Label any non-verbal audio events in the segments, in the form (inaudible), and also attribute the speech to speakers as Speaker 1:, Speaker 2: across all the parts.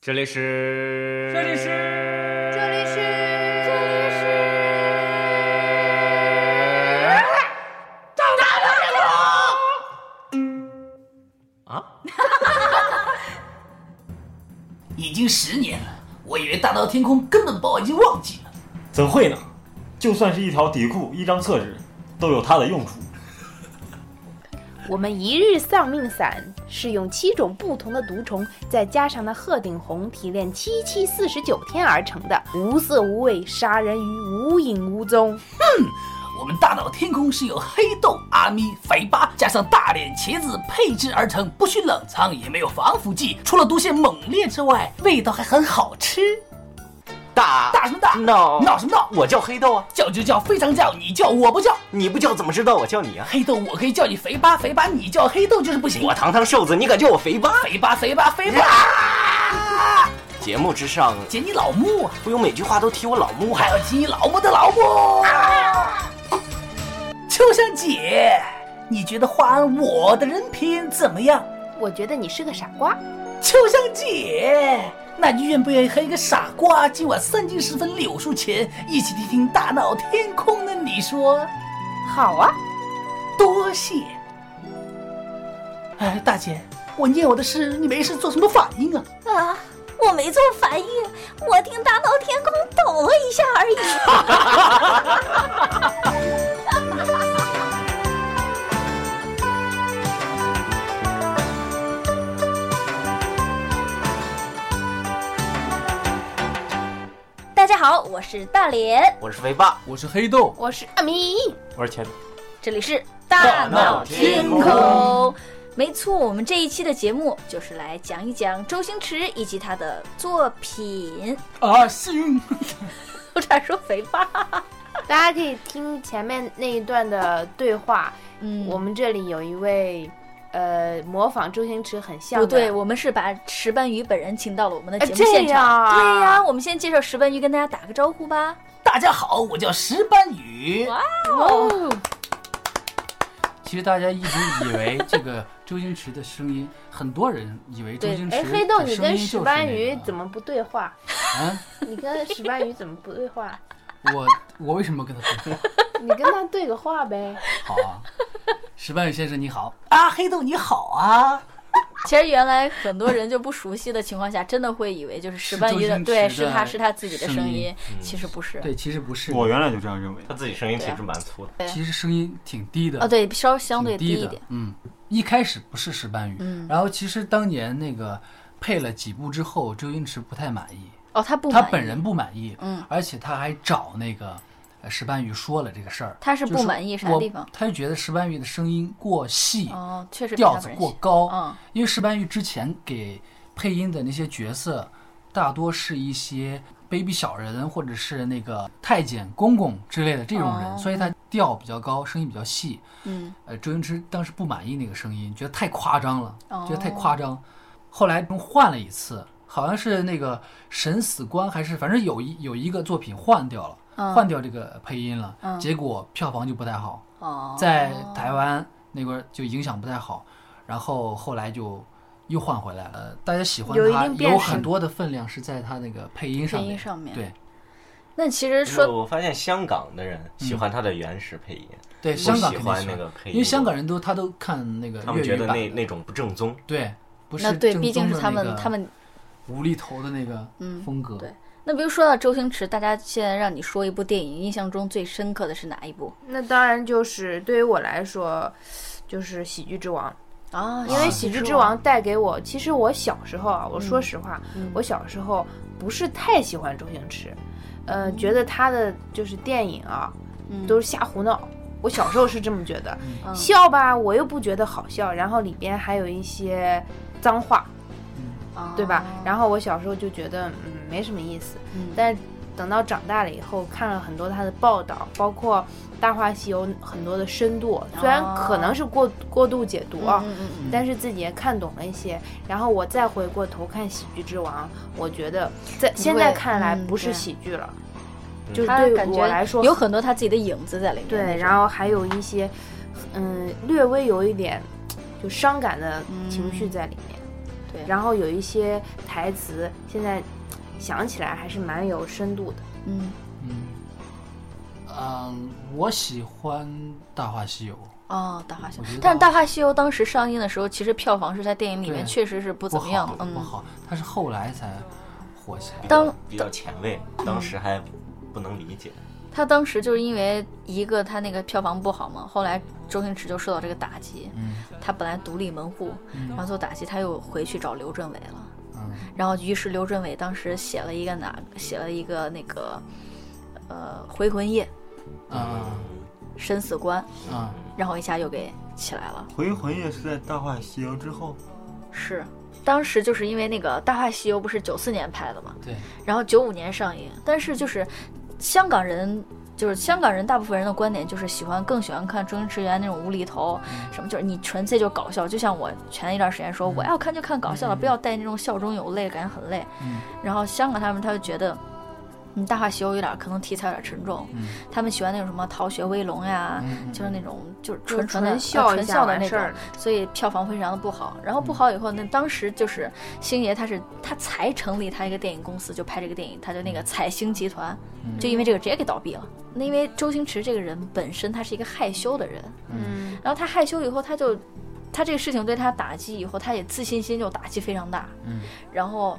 Speaker 1: 这里是，
Speaker 2: 这里是
Speaker 3: 这里是这里是
Speaker 1: 啊，
Speaker 4: 已经十年了，我以为大闹天空根本把我已经忘记了。
Speaker 5: 怎会呢？就算是一条底裤、一张厕纸，都有它的用处。
Speaker 6: 我们一日丧命散是用七种不同的毒虫，再加上那鹤顶红提炼七七四十九天而成的，无色无味，杀人于无影无踪。
Speaker 4: 我们大闹天空是由黑豆、阿咪、肥八加上大脸茄子配制而成，不需冷藏，也没有防腐剂，除了毒性猛烈之外，味道还很好吃。
Speaker 2: 大
Speaker 4: 大什么大？
Speaker 2: 闹
Speaker 4: 闹什么闹？
Speaker 2: 我叫黑豆啊，
Speaker 4: 叫就叫，非常叫，你叫我不叫。
Speaker 2: 你不叫怎么知道我叫你啊？
Speaker 4: 黑豆我可以叫你肥八，肥八你叫黑豆就是不
Speaker 1: 嗯
Speaker 4: 行。
Speaker 2: 我堂堂瘦子，你敢叫我肥八？
Speaker 4: 肥八肥八肥八，
Speaker 2: 节目之上，
Speaker 4: 姐你老木啊，
Speaker 2: 不用每句话都提我老木
Speaker 4: 还
Speaker 2: 还
Speaker 4: 要提老木的老木。秋香姐，你觉得花儿我的人品怎么样？
Speaker 6: 我觉得你是个傻瓜，
Speaker 4: 秋香姐，那你愿不愿意和一个傻瓜今晚三更时分柳树前一起听听大闹天空呢？你说
Speaker 6: 好啊，
Speaker 4: 多谢。哎，大姐，我念我的诗，你没事做什么反应啊？
Speaker 3: 啊！我没做反应，我听大闹天宫抖了一下而
Speaker 6: (laughs)
Speaker 3: 已。 (laughs) 大家好，我是大脸，
Speaker 2: 我是肥爸，
Speaker 7: 我是黑豆，
Speaker 6: 我是阿明，
Speaker 5: 我说钱，
Speaker 3: 这里是大
Speaker 5: 闹天宫。
Speaker 3: 没错，我们这一期的节目就是来讲一讲周星驰以及他的作品。 (laughs)
Speaker 4: 啊，行，
Speaker 3: 我差点说肥八，
Speaker 6: 大家可以听前面那一段的对话。
Speaker 3: 嗯
Speaker 6: 我们这里有一位，呃，模仿周星驰很像
Speaker 3: 不
Speaker 6: 的，哦
Speaker 3: 对，我们是把石斑鱼本人请到了我们的
Speaker 6: 哎
Speaker 3: 节目
Speaker 6: 这
Speaker 3: 现场。
Speaker 6: 样啊
Speaker 3: 对呀、我们先介绍石斑鱼，跟大家打个招呼吧。
Speaker 4: 大家好，我叫石斑鱼。
Speaker 6: 哦，
Speaker 7: 其实大家一直以为这个周星驰的声音，很多人以为周
Speaker 3: 对
Speaker 7: 星驰
Speaker 6: 哎，
Speaker 7: 的
Speaker 6: 黑豆，你
Speaker 7: 声
Speaker 6: 跟
Speaker 7: 音就
Speaker 6: 石
Speaker 7: 是
Speaker 6: 斑
Speaker 7: 那
Speaker 6: 鱼
Speaker 7: 个
Speaker 6: 怎么不对话？
Speaker 7: 啊？
Speaker 6: 你跟石斑鱼怎么不对话？
Speaker 7: 我我为什么跟他不说
Speaker 6: 你跟他对个话呗。
Speaker 7: 好啊？石斑鱼先生你好，
Speaker 4: 啊，黑豆你好啊！
Speaker 3: 其实原来很多人就不熟悉的情况下，真的会以为就是石斑鱼
Speaker 7: 是
Speaker 3: 的，
Speaker 7: 周星驰
Speaker 3: 对，
Speaker 7: 的
Speaker 3: 是他是他自己的声
Speaker 7: 声
Speaker 3: 音嗯
Speaker 7: 音，
Speaker 3: 其实不是。
Speaker 7: 对，其实不
Speaker 5: (laughs)
Speaker 7: 是，
Speaker 5: 我原来就这样认为。啊
Speaker 2: 他自己声音其实蛮粗的。
Speaker 7: 其实声音挺低的
Speaker 3: 哦，对，稍相对
Speaker 7: 挺
Speaker 3: 低一
Speaker 7: 的
Speaker 3: 点。，嗯
Speaker 7: 嗯，一开始不是石斑鱼，然后其实当年那个配了几部之后，周星驰不太满意，
Speaker 3: 哦，他不
Speaker 7: 他
Speaker 3: 满意，
Speaker 7: 本人不满意，
Speaker 3: 嗯，
Speaker 7: 而且他还找那个呃石斑鱼说了这个事儿，
Speaker 3: 他是
Speaker 7: 就
Speaker 3: 不满意啥
Speaker 7: 我
Speaker 3: 地方？
Speaker 7: 他就觉得石斑鱼的声音过细，
Speaker 3: 哦，确实比
Speaker 7: 调
Speaker 3: 他
Speaker 7: 子
Speaker 3: 本人
Speaker 7: 过
Speaker 3: 小
Speaker 7: 高，
Speaker 3: 嗯
Speaker 7: 因为石斑鱼之前给配音的那些角色，大多是一些卑鄙小人或者是那个太监、公公之类的这种人，
Speaker 3: 哦
Speaker 7: 所以他调比较高，声音比较细。
Speaker 3: 嗯，
Speaker 7: 呃，周星驰当时不满意那个声音，觉得太夸张了，
Speaker 3: 哦
Speaker 7: 觉得太夸张。后来换了一次，好像是那个审死官还是反正有一有一个作品换掉了，
Speaker 3: 嗯
Speaker 7: 换掉这个配音了，
Speaker 3: 嗯
Speaker 7: 结果票房就不太好。
Speaker 3: 哦，
Speaker 7: 在台湾那块儿就影响不太好，然后后来就又换回来了。大家喜欢
Speaker 6: 有一
Speaker 7: 他
Speaker 6: 定辨识
Speaker 7: 很多的分量是在他那个配音上
Speaker 3: 配
Speaker 7: 面，
Speaker 3: 音上面
Speaker 7: 对
Speaker 3: 那其实
Speaker 2: 就是
Speaker 3: 说
Speaker 2: 我发现香港的人喜欢他的原始配音，
Speaker 7: 对，
Speaker 2: 不
Speaker 7: 嗯哎香港
Speaker 2: 喜
Speaker 7: 肯定
Speaker 2: 欢
Speaker 7: 是
Speaker 2: 那个配音，
Speaker 7: 因为香港人都他都看那个
Speaker 2: 他们
Speaker 7: 粤
Speaker 2: 觉
Speaker 7: 语
Speaker 2: 得
Speaker 7: 版
Speaker 2: 那
Speaker 7: 的
Speaker 2: 那种不正宗。
Speaker 7: 对，不是
Speaker 3: 那对，
Speaker 7: 正
Speaker 3: 毕竟
Speaker 7: 宗
Speaker 3: 是
Speaker 7: 的
Speaker 3: 他
Speaker 7: 那
Speaker 3: 们
Speaker 7: 个
Speaker 3: 他们
Speaker 7: 无厘头的那个
Speaker 3: 嗯
Speaker 7: 风格，
Speaker 3: 对那比如说到周星驰，大家现在让你说一部电影，印象中最深刻的是哪一部
Speaker 6: (laughs) 那当然就是对于我来说，就是《喜剧之王》，
Speaker 3: 啊
Speaker 6: 哦因为《喜剧之王》带给我，其实我小时候啊，我说实话，我小时候不是太喜欢周星驰，呃，觉得他的就是电影啊，
Speaker 3: 嗯
Speaker 6: 都是瞎胡闹。我小时候是这么觉得，笑吧我又不觉得好笑，然后里边还有一些脏话，对
Speaker 3: 哦
Speaker 6: 吧？
Speaker 3: 嗯
Speaker 6: 然后我小时候就觉得嗯没什么意思，但是等到长大了以后，看了很多他的报道，包括《大话西游》很多的深度，虽然可能是过过度解读啊，
Speaker 3: 嗯嗯嗯
Speaker 6: 但是自己也看懂了一些。然后我再回过头看《喜剧之王》，我觉得在现在看来
Speaker 3: 嗯
Speaker 6: 不是
Speaker 3: 对
Speaker 6: 喜剧了，
Speaker 2: 嗯
Speaker 6: 就是
Speaker 3: 他
Speaker 6: 对
Speaker 3: 感觉
Speaker 6: 我来说
Speaker 3: 有很多他自己的影子在里面。
Speaker 6: 对，
Speaker 3: 那种
Speaker 6: 然后还有一些嗯略微有一点就伤感的情绪在里面。
Speaker 3: 对
Speaker 6: 然后有一些台词现在想起来还是蛮有深度的。
Speaker 3: 嗯，
Speaker 7: 嗯，嗯，我喜欢《大话西游》，
Speaker 3: 哦，《大话西游
Speaker 7: 我觉》，得
Speaker 3: 但《大话西游》当时上映的时候，其实票房是在电影里面
Speaker 7: 对
Speaker 3: 确实是不
Speaker 7: 不
Speaker 3: 怎么样
Speaker 7: 好，，不
Speaker 3: 嗯，
Speaker 7: 好，它是后来才火起来
Speaker 2: 比
Speaker 7: 的。
Speaker 2: 较
Speaker 3: 当
Speaker 2: 比较前卫，
Speaker 7: 嗯
Speaker 2: 当时还不能理解。
Speaker 3: 他当时就是因为一个他那个票房不好嘛，后来周星驰就受到这个打击，
Speaker 7: 嗯
Speaker 3: 他本来独立门户，然后做打击，他又回去找刘镇伟了。
Speaker 7: 嗯，
Speaker 3: 然后于是刘镇伟当时写了一个哪写了一个那个呃《回魂夜》
Speaker 7: 啊
Speaker 3: 生死关，
Speaker 7: 啊，
Speaker 3: 然后一下又给起来了。
Speaker 5: 回魂夜是在《大话西游》之后，
Speaker 3: 是，当时就是因为那个《大话西游》不是九四年拍的嘛，
Speaker 7: 对，
Speaker 3: 然后九五年上映，但是就是香港人。就是香港人大部分人的观点就是喜欢更喜欢看周星驰原来那种无厘头，
Speaker 6: 嗯
Speaker 3: 什么就是你纯粹就搞笑，就像我前一段时间说我要看就看搞
Speaker 6: 嗯
Speaker 3: 笑的，不要带那种笑中有泪，感觉很累。
Speaker 7: 嗯
Speaker 3: 然后香港他们他就觉得，嗯，《大话西游》有点儿可能题材有点儿沉重，
Speaker 7: 嗯
Speaker 3: 他们喜欢那种什么《逃学威龙》呀，
Speaker 7: 嗯，
Speaker 3: 就是那种就是
Speaker 6: 就
Speaker 3: 纯纯的
Speaker 6: 纯笑
Speaker 3: 呃
Speaker 6: 一
Speaker 3: 纯
Speaker 6: 下
Speaker 3: 笑的
Speaker 6: 完
Speaker 3: 那
Speaker 6: 事
Speaker 3: 种
Speaker 6: 儿，
Speaker 3: 所以票房非常的不好。然后
Speaker 7: 嗯
Speaker 3: 不好以后，那当时就是星爷他是他才成立他一个电影公司，就拍这个电影，他就那个彩星集团，
Speaker 7: 嗯
Speaker 3: 就因为这个直接给倒闭了。那因为周星驰这个人本身他是一个害羞的人，
Speaker 6: 嗯，
Speaker 3: 然后他害羞以后，他就他这个事情对他打击以后，他也自信心就打击非常大。
Speaker 7: 嗯，
Speaker 3: 然后，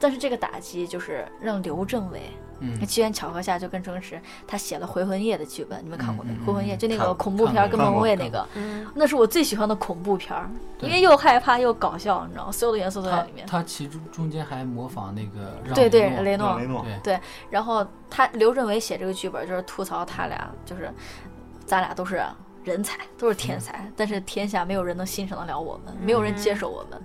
Speaker 3: 但是这个打击就是让刘镇伟，
Speaker 7: 嗯
Speaker 3: 机缘巧合下就跟周星驰他写了《回魂夜》的剧本，你们看过没？
Speaker 7: 嗯嗯嗯
Speaker 3: 回魂夜》就那
Speaker 2: 看
Speaker 3: 个
Speaker 2: 过
Speaker 3: 恐怖片儿
Speaker 7: 看
Speaker 3: 跟
Speaker 7: 过
Speaker 3: 莫文蔚
Speaker 7: 看
Speaker 3: 那
Speaker 7: 过
Speaker 3: 个，
Speaker 6: 嗯
Speaker 3: 那是我最喜欢的恐怖片儿，因
Speaker 7: 对
Speaker 3: 为又害怕又搞笑，你知道吗？所有的元素都在
Speaker 7: 他
Speaker 3: 里面。
Speaker 7: 他其中中间还模仿那个让
Speaker 3: 对对，
Speaker 7: 梨
Speaker 3: 雷诺
Speaker 5: 让雷诺
Speaker 7: 对
Speaker 3: 然后他刘镇伟写这个剧本就是吐槽他俩，就是咱俩都是人才，都是
Speaker 7: 嗯
Speaker 3: 天才，但是天下没有人能欣赏得了我们，没有人接受我们。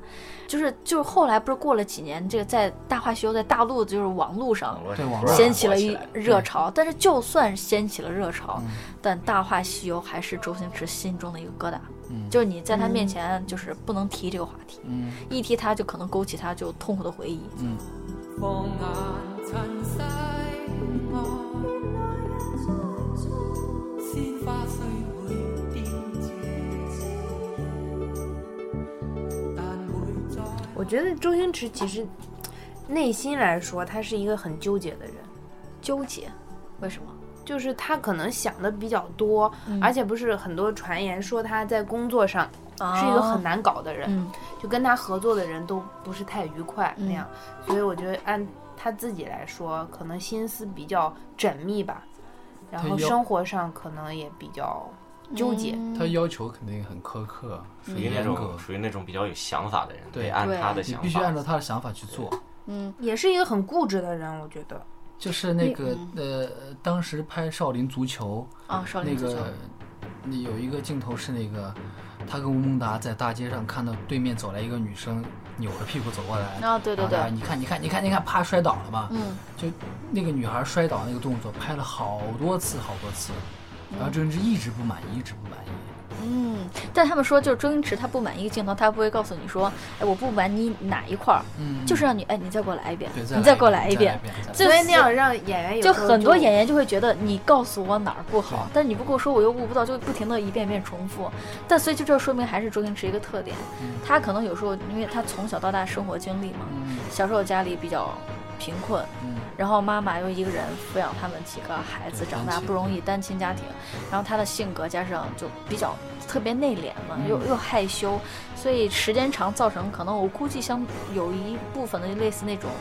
Speaker 3: 就是就是后来不是过了几年，这个在《大话西游》在大陆就是网络上
Speaker 2: 络
Speaker 7: 对
Speaker 2: 上
Speaker 7: 网
Speaker 2: 突然
Speaker 7: 络上
Speaker 3: 掀起
Speaker 2: 火
Speaker 3: 了一
Speaker 2: 来
Speaker 3: 热潮，但是就算掀起了热潮，
Speaker 7: 嗯
Speaker 3: 但《大话西游》还是周星驰心中的一个疙瘩，
Speaker 7: 嗯
Speaker 3: 就是你在他面前就是不能提这个话题，
Speaker 7: 嗯
Speaker 3: 一提他就可能勾起他就痛苦的回忆。
Speaker 7: 嗯
Speaker 8: 放眼尘世外，鲜花虽会凋谢，但会再
Speaker 6: 我觉得周星驰其实内心来说，他是一个很纠结的人。
Speaker 3: 纠结，为什么？
Speaker 6: 就是他可能想的比较多，而且不是很多传言说他在工作上
Speaker 7: 哦
Speaker 6: 是一个很难搞的人，
Speaker 3: 嗯
Speaker 6: 就跟他合作的人都不是太愉快那样，所以我觉得按他自己来说，可能心思比较缜密吧，然后
Speaker 7: 他有
Speaker 6: 生活上可能也比较纠结，
Speaker 3: 嗯
Speaker 7: 他要求肯定很苛刻，
Speaker 2: 属于那
Speaker 7: 严格
Speaker 2: 种属于那种比较有想法的人，
Speaker 7: 对
Speaker 2: 得按
Speaker 3: 对
Speaker 2: 他的
Speaker 7: 你
Speaker 2: 想法，
Speaker 7: 必须按照他的想法去做。
Speaker 3: 嗯
Speaker 6: 也是一个很固执的人，我觉得。
Speaker 7: 就是那个呃，当时拍《少林足球
Speaker 3: 啊，》嗯少
Speaker 7: 那
Speaker 3: 林足球。
Speaker 7: 个，那有一个镜头是那个他跟吴孟达在大街上看到对面走来一个女生，扭着屁股走过来，
Speaker 3: 啊，对对
Speaker 7: 然后
Speaker 3: 对
Speaker 7: 他，你看你看你看你看，啪摔倒了嘛，
Speaker 3: 嗯，
Speaker 7: 就那个女孩摔倒那个动作拍了好多次好多次，然后周星驰一直不满意，一直不满意。
Speaker 3: 嗯，但他们说就是周星驰他不满意一个镜头，他不会告诉你说，哎，我不满意哪一块儿，
Speaker 7: 嗯，
Speaker 3: 就是让你哎，你再给我来一遍
Speaker 7: 对，
Speaker 3: 你再给我
Speaker 7: 来
Speaker 3: 来一遍，，
Speaker 7: 再
Speaker 3: 就
Speaker 6: 所以
Speaker 3: 是
Speaker 6: 那样让演
Speaker 7: 哎
Speaker 6: 员有
Speaker 3: 就
Speaker 6: 时候
Speaker 3: 很多演员就会觉得你告诉我哪儿不好
Speaker 7: 对，
Speaker 3: 但你不跟我说我又悟不到，就不停的一遍遍重复。但所以就这说明还是周星驰一个特点，他可能有时候因为他从小到大生活经历嘛，
Speaker 7: 嗯
Speaker 3: 小时候家里比较贫困，
Speaker 7: 嗯
Speaker 3: 然后妈妈又一个人抚养他们几个孩子
Speaker 7: 对
Speaker 3: 长
Speaker 7: 单
Speaker 3: 大
Speaker 7: 亲嗯
Speaker 3: 不容易，单亲家庭。然后他的性格加上就比较特别内敛嘛，
Speaker 7: 嗯
Speaker 3: 又又害羞，所以时间长造成可能我估计像有一部分的类似那种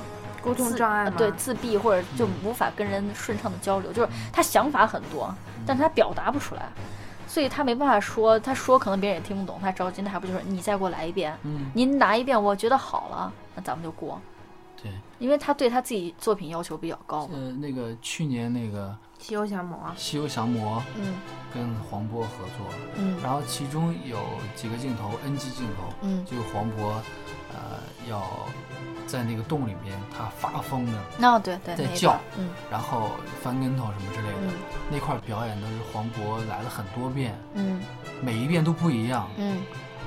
Speaker 6: 沟通
Speaker 3: 自
Speaker 6: 障碍
Speaker 3: 呃
Speaker 6: 嘛，
Speaker 3: 对自闭或者
Speaker 7: 嗯
Speaker 3: 就无法跟人顺畅的交流，就是他想法很多，
Speaker 7: 嗯
Speaker 3: 但是他表达不出来。所以他没办法说，他说可能别人也听不懂，他着急，那还不就是你再给我来一遍，
Speaker 7: 嗯，
Speaker 3: 您拿一遍我觉得好了，那咱们就过。
Speaker 7: 对，
Speaker 3: 因为他对他自己作品要求比较高嘛。
Speaker 7: 呃，那个去年那个
Speaker 6: 西游降魔啊
Speaker 7: 《西游降魔》
Speaker 3: 嗯
Speaker 7: 跟黄渤合作，
Speaker 3: 嗯
Speaker 7: 然后其中有几个镜头 NG 镜头，
Speaker 3: 嗯，
Speaker 7: 就是黄渤，呃，要在那个洞里面他发疯的，
Speaker 3: 那哦对对，
Speaker 7: 在
Speaker 3: 那一
Speaker 7: 叫
Speaker 3: 段嗯
Speaker 7: 然后翻跟头什么之类的
Speaker 3: 嗯，
Speaker 7: 那块表演都是黄渤来了很多遍，
Speaker 3: 嗯
Speaker 7: 每一遍都不一样，
Speaker 3: 嗯，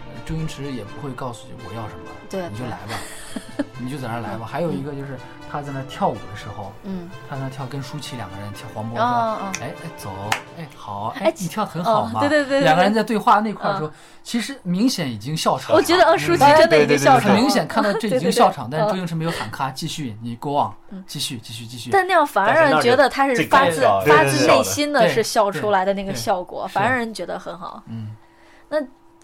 Speaker 7: 呃周星驰也不会告诉你我要什么，
Speaker 3: 对
Speaker 7: 你就来吧，
Speaker 3: (laughs)
Speaker 7: 你就在那儿来吧。还有一个就是他在那儿跳舞的时候，
Speaker 3: 嗯，
Speaker 7: 他在那儿跳，跟舒淇两个人跳黄渤说，
Speaker 3: 哦哦
Speaker 7: 哎哎走，哎好，哎
Speaker 3: 哎
Speaker 7: 你跳得很好嘛，
Speaker 3: 对对对对嗯
Speaker 7: 两个人在对话那块儿的时候，其实明显已经笑场了，
Speaker 3: 我觉得嗯，舒淇
Speaker 7: 大家
Speaker 3: 真的已经笑场
Speaker 7: 很
Speaker 3: 了，
Speaker 7: 明显看到这已经笑
Speaker 3: (laughs)
Speaker 7: 场，
Speaker 3: 对对对哦嗯
Speaker 7: 但是周星驰没有喊咔，继续你 go on，继续继续继续，
Speaker 3: 但那样反而让人觉得他是发自
Speaker 2: 但是
Speaker 3: 发
Speaker 2: 那
Speaker 3: 自
Speaker 2: 是
Speaker 3: 内心的
Speaker 7: 对
Speaker 3: 是笑出来的那个
Speaker 7: 对
Speaker 3: 效果，
Speaker 7: 是
Speaker 3: 反而让人觉得很好。
Speaker 7: 嗯，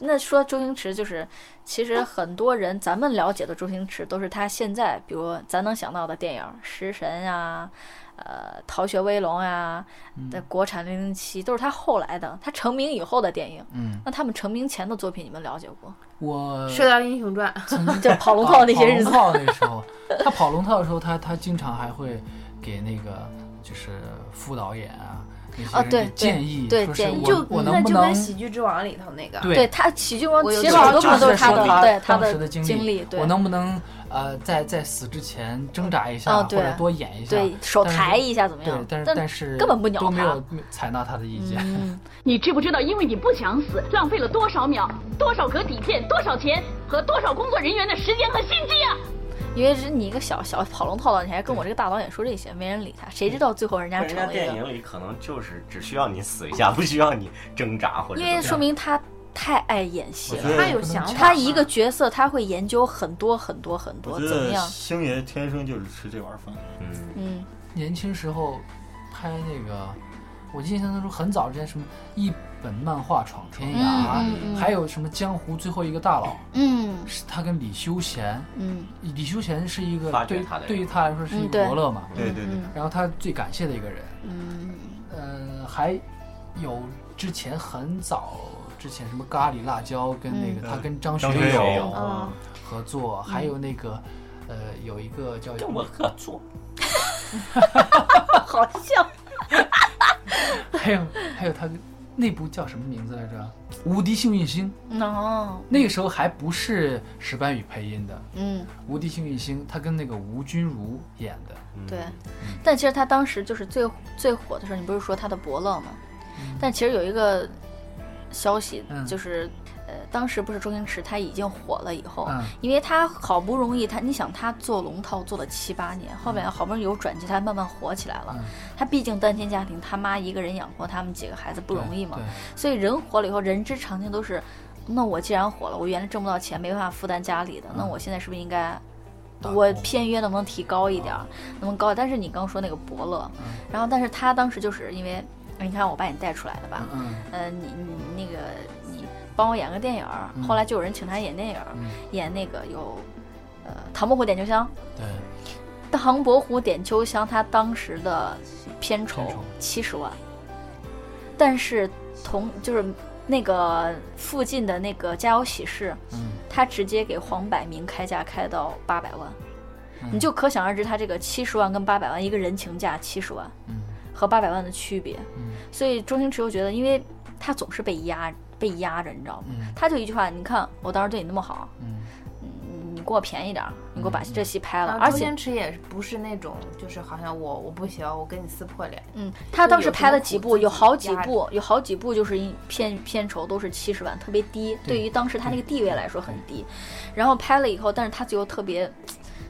Speaker 3: 那说周星驰就是，其实很多人咱们了解的周星驰都是他现在，比如咱能想到的电影《食神》呀，呃，《逃学威龙》呀，
Speaker 7: 嗯
Speaker 3: 的国产《零零七》都是他后来的，他成名以后的电影。
Speaker 7: 嗯，
Speaker 3: 那他们成名前的作品你们了解过？
Speaker 7: 我
Speaker 6: 《射雕英雄传》
Speaker 7: 曾
Speaker 3: (laughs) 就跑龙套那些日子，
Speaker 7: 啊哦跑龙套那时候，他跑龙套的时候，他他经常还会给那个就是副导演啊那些
Speaker 3: 啊
Speaker 7: 人
Speaker 3: 对
Speaker 7: 给建议，
Speaker 3: 对
Speaker 7: 说
Speaker 3: 建
Speaker 7: 是
Speaker 3: 议
Speaker 6: (laughs)
Speaker 7: 我
Speaker 6: 就
Speaker 7: 我
Speaker 6: 那
Speaker 7: 能不
Speaker 6: 就跟
Speaker 7: 能
Speaker 6: 《喜剧之王》里头那个，
Speaker 3: 对他喜剧王
Speaker 6: 我有
Speaker 3: 其实好多部分都是他
Speaker 7: 就
Speaker 3: 的
Speaker 7: 是，他
Speaker 3: 对他
Speaker 7: 当时的经
Speaker 3: 经历，对
Speaker 7: 我能不能呃在在死之前挣扎一下，
Speaker 3: 哦
Speaker 7: 或
Speaker 3: 对
Speaker 7: 者多演一下？
Speaker 3: 对手
Speaker 7: 但是
Speaker 3: 抬一下怎么
Speaker 7: 对
Speaker 3: 样？，
Speaker 7: 但是
Speaker 3: 但
Speaker 7: 但是
Speaker 3: 根本不鸟
Speaker 7: 都没
Speaker 3: 他嗯
Speaker 7: 有采纳他的意见。
Speaker 9: 你知不知道，因为你不想死，浪费了多少秒、多少格底片、多少钱和多少工作人员的时间和心机啊！
Speaker 3: 因为是你一个小小跑龙套的，你还跟我这个大导演说这些，没人理他。谁知道最后人家
Speaker 2: 但人
Speaker 3: 成
Speaker 2: 家
Speaker 3: 了一
Speaker 2: 电
Speaker 3: 个，
Speaker 2: 影里可能就是只需要你死一下，不需要你挣扎或者怎么
Speaker 3: 因为
Speaker 2: 样
Speaker 3: 说明他太爱演戏
Speaker 5: 我觉
Speaker 3: 了。
Speaker 5: 得
Speaker 6: 他有想法，
Speaker 3: 他一个角色他会研究很多很多很
Speaker 5: 我
Speaker 3: 多，
Speaker 5: 觉
Speaker 3: 怎么
Speaker 5: 得
Speaker 3: 样？
Speaker 5: 星爷天生就是吃这玩意儿饭。
Speaker 2: 嗯，
Speaker 3: 嗯，
Speaker 7: 年轻时候拍那个，我印象当中很早之前什么一本漫画闯天涯，
Speaker 3: 嗯嗯嗯
Speaker 7: 还有什么江湖最后一个大佬，
Speaker 3: 嗯
Speaker 7: 是他跟李修贤，
Speaker 3: 嗯
Speaker 7: 李修贤是一个
Speaker 2: 发掘
Speaker 7: 对
Speaker 2: 他的人
Speaker 7: 对于他来说是一
Speaker 3: 嗯对
Speaker 7: 个伯乐嘛，
Speaker 5: 对对对，
Speaker 3: 嗯
Speaker 7: 然后他最感谢的一个人，
Speaker 3: 嗯，
Speaker 7: 呃，还有之前很早之前什么咖喱辣椒跟那个、
Speaker 5: 嗯
Speaker 7: 他跟张学
Speaker 5: 张学
Speaker 7: 友
Speaker 5: 友
Speaker 6: 嗯
Speaker 7: 合作，还有那个呃有一个叫
Speaker 2: 跟我合作，
Speaker 3: (laughs) 好笑。
Speaker 7: (laughs) 还有还有他跟那部叫什么名字来着？无敌幸运星，
Speaker 3: 哦，
Speaker 7: 那个时候还不是石斑鱼配音的，《
Speaker 3: 嗯，
Speaker 7: 无敌幸运星》他跟那个吴君如演的，
Speaker 2: 嗯
Speaker 3: 对。但其实他当时就是最最火的时候，你不是说他的伯乐吗？但其实有一个消息
Speaker 7: 嗯
Speaker 3: 就是，呃，当时不是周星驰他已经火了以后，
Speaker 7: 嗯
Speaker 3: 因为他好不容易他，你想他做龙套做了七八年，后面好不容易有转机，他慢慢火起来了。
Speaker 7: 嗯
Speaker 3: 他毕竟单亲家庭，他妈一个人养活他们几个孩子不容易嘛
Speaker 7: 对，，
Speaker 3: 所以人火了以后，人之常情都是，那我既然火了，我原来挣不到钱，没办法负担家里的，
Speaker 7: 嗯
Speaker 3: 那我现在是不是应该
Speaker 7: 打
Speaker 3: 我
Speaker 7: 工
Speaker 3: 片约能不能提高一点儿，
Speaker 7: 嗯
Speaker 3: 能不能高？但是你刚说那个伯乐，然后但是他当时就是因为，你看我把你带出来的吧，
Speaker 7: 嗯
Speaker 3: 呃，你你那个你帮我演个电影儿，后来就有人请他演电影儿，
Speaker 7: 嗯
Speaker 3: 演那个有，呃，《唐伯虎点秋香》。
Speaker 7: 对，
Speaker 3: 《唐伯虎点秋香》他当时的片酬
Speaker 7: 片酬
Speaker 3: 七十万，但是同就是那个附近的那个家有喜事，
Speaker 7: 嗯
Speaker 3: 他直接给黄百鸣开价开到八百万，
Speaker 7: 嗯
Speaker 3: 你就可想而知他这个七十万跟八百万一个人情价七十万
Speaker 7: 嗯
Speaker 3: 和八百万的区别。
Speaker 7: 嗯
Speaker 3: 所以周星驰又觉得，因为他总是被压被压着，你知道吗？
Speaker 7: 嗯
Speaker 3: 他就一句话，你看我当时对你那么好，
Speaker 7: 嗯，
Speaker 3: 嗯你给我便宜点儿，你给我把这戏拍了，
Speaker 6: 然后
Speaker 3: 而
Speaker 6: 周
Speaker 3: 且
Speaker 6: 星驰也不是那种，就是好像我我不行，我跟你撕破脸，
Speaker 3: 嗯，他当时拍了几部，
Speaker 6: 有什么苦自己
Speaker 3: 有
Speaker 6: 压
Speaker 3: 好几部，有好几部就是一片片酬都是七十万，特别低，
Speaker 7: 对
Speaker 3: 对于当时他那个地位来说很低。然后拍了以后，但是他最后特别，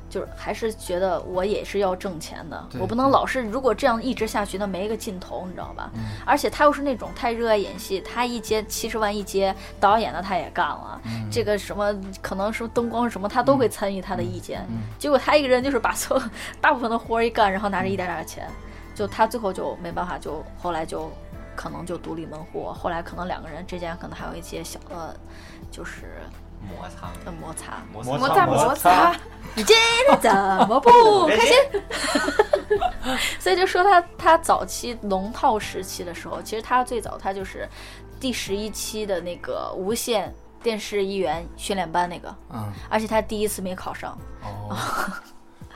Speaker 3: 就是还是觉得我也是要挣钱的，
Speaker 7: 对嗯
Speaker 3: 我不能老是如果这样一直下去，那没个尽头，你知道吧？而且他又是那种太热爱演戏，他一接七十万一接导演的他也干了，
Speaker 7: 嗯
Speaker 3: 这个什么可能是灯光什么他都会参与他的意
Speaker 7: 嗯
Speaker 3: 见。结果他一个人就是把所有大部分的活儿一干，然后拿着一点点的钱。
Speaker 7: 嗯
Speaker 3: 就他最后就没办法，就后来就可能就独立门户，后来可能两个人之间可能还有一些小的，就是
Speaker 2: 摩擦，
Speaker 3: 呃摩擦。
Speaker 2: 摩
Speaker 5: 摩
Speaker 2: 擦，
Speaker 5: 擦
Speaker 2: 摩
Speaker 5: 摩
Speaker 6: 擦，
Speaker 3: 你今天怎么
Speaker 7: (laughs)
Speaker 3: 不开心？所以就说他他早期龙套时期的时候，其实他最早他就是第十一期的那个无线电视艺员训练班那个，
Speaker 7: 嗯
Speaker 3: 而且他第一次没考上， (laughs)
Speaker 7: 哦，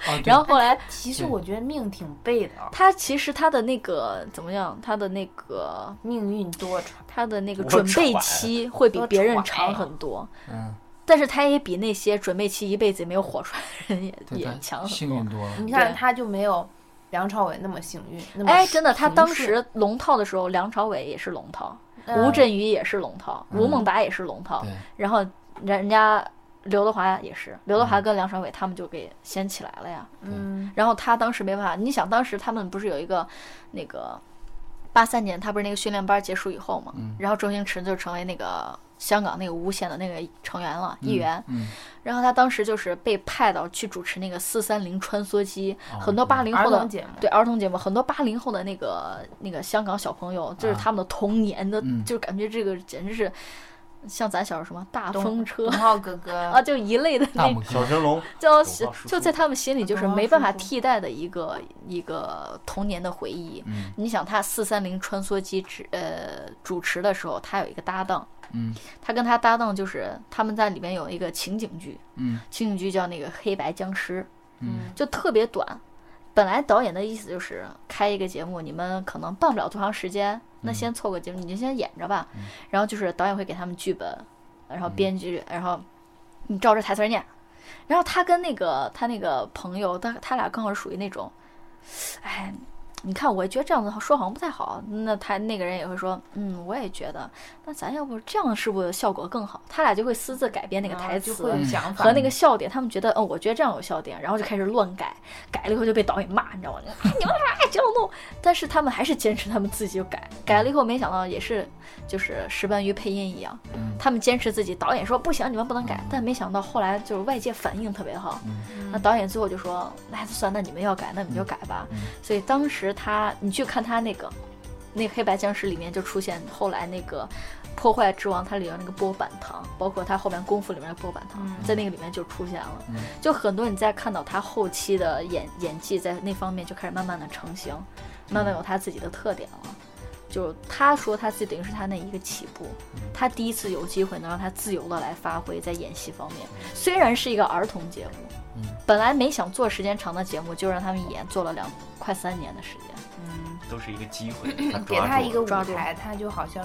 Speaker 7: 哦
Speaker 3: 然后后来
Speaker 6: 其实
Speaker 7: 对
Speaker 6: 我觉得命挺背的啊，
Speaker 3: 他其实他的那个怎么样，他的那个
Speaker 6: 命运多舛。
Speaker 3: 他的那个
Speaker 2: 多
Speaker 3: 准备
Speaker 2: 喘
Speaker 3: 期会比
Speaker 6: 多
Speaker 3: 别人
Speaker 6: 喘
Speaker 3: 长
Speaker 6: 呀
Speaker 3: 很多，
Speaker 7: 嗯，
Speaker 3: 但是他也比那些准备期一辈子也没有火出来的人也
Speaker 7: 对
Speaker 3: 也强嗯
Speaker 7: 他
Speaker 3: 很
Speaker 7: 幸
Speaker 3: 多
Speaker 7: 运。多了，
Speaker 6: 你看
Speaker 3: 对
Speaker 6: 他就没有梁朝伟那么幸运，那么
Speaker 3: 哎，真的，他
Speaker 6: 平
Speaker 3: 当
Speaker 6: 顺
Speaker 3: 时龙套的时候，梁朝伟也是龙套，
Speaker 6: 嗯
Speaker 3: 吴镇宇也是龙套，吴孟达也是龙套，
Speaker 7: 对，
Speaker 3: 然后人家刘德华也是，刘德华
Speaker 7: 嗯
Speaker 3: 跟梁朝伟他们就给掀起来了呀。
Speaker 6: 嗯，
Speaker 3: 然后他当时没办法，你想当时他们不是有一个那个八三年，他不是那个训练班结束以后嘛，
Speaker 7: 嗯
Speaker 3: 然后周星驰就成为那个香港那个无线的那个成员了，一员。
Speaker 7: 嗯，
Speaker 3: 然后他当时就是被派到去主持那个四三零穿梭机，
Speaker 7: 哦
Speaker 3: 很多八零
Speaker 6: 儿
Speaker 3: 后的
Speaker 6: 童节目
Speaker 3: 对儿童节目，很多八零后的那个那个香港小朋友，就是
Speaker 7: 啊
Speaker 3: 他们的童年的，
Speaker 7: 嗯
Speaker 3: 就感觉这个简直是像咱小时候什么大
Speaker 6: 董
Speaker 3: 风车
Speaker 6: 董。浩哥哥
Speaker 3: 啊，就一类的
Speaker 7: 大
Speaker 3: 那
Speaker 7: 拇
Speaker 5: 小
Speaker 7: 哥，
Speaker 5: 神龙，
Speaker 3: 就是
Speaker 5: 懂了叔叔
Speaker 3: 就在他们心里就是
Speaker 6: 懂了
Speaker 3: 没办法
Speaker 6: 叔叔
Speaker 3: 替代的一个一个童年的回忆。
Speaker 7: 嗯
Speaker 3: 你想他四三零穿梭机指呃主持的时候，他有一个搭档，
Speaker 7: 嗯
Speaker 3: 他跟他搭档就是他们在里面有一个情景剧，
Speaker 7: 嗯
Speaker 3: 情景剧叫那个黑白僵尸，
Speaker 7: 嗯
Speaker 3: 就特别短。本来导演的意思就是开一个节目，你们可能办不了多长时间，那
Speaker 7: 嗯
Speaker 3: 先凑个节目，你就先演着吧。然后就是导演会给他们剧本，然后编剧，然后你照着台词儿念。然后他跟那个他那个朋友，他他俩刚好是属于那种，哎，你看，我觉得这样子说好像不太好。那他那个人也会说，嗯，我也觉得，那咱要不这样是不是效果更好？他俩就会私自改编那个
Speaker 6: 啊
Speaker 3: 台
Speaker 6: 就
Speaker 3: 词，
Speaker 6: 会
Speaker 7: 嗯
Speaker 6: 有想法
Speaker 3: 和那个笑点，他们觉得，嗯，我觉得这样有笑点，然后就开始乱改，改了以后就被导演骂，你知道吗？就哎，你们为啥爱这样弄？但是他们还是坚持他们自己就改，改了以后没想到也是就是石斑鱼配音一样，
Speaker 7: 嗯
Speaker 3: 他们坚持自己，导演说不行，你们不能改，但没想到后来就是外界反应特别好，那导演最后就说，那算，那你们要改，那你们就改吧。
Speaker 7: 嗯嗯
Speaker 3: 所以当时他，你去看他那个那黑白僵尸里面就出现后来那个。破坏之王，它里面那个波板糖，包括它后面功夫里面的波板糖，在那个里面就出现了。
Speaker 7: 嗯
Speaker 3: 就很多你在看到他后期的演演技在那方面就开始慢慢的成型，慢慢有他自己的特点了。就他说他自己等于是他那一个起步，
Speaker 7: 嗯
Speaker 3: 他第一次有机会能让他自由的来发挥在演戏方面，虽然是一个儿童节目，
Speaker 7: 嗯
Speaker 3: 本来没想做时间长的节目，就让他们演，做了两快三年的时间。
Speaker 2: 都是一个机会，他
Speaker 6: 嗯给
Speaker 2: 抓
Speaker 6: 他
Speaker 2: 住
Speaker 6: 一个
Speaker 2: 了
Speaker 6: 舞
Speaker 3: 抓住
Speaker 6: 台，他就好像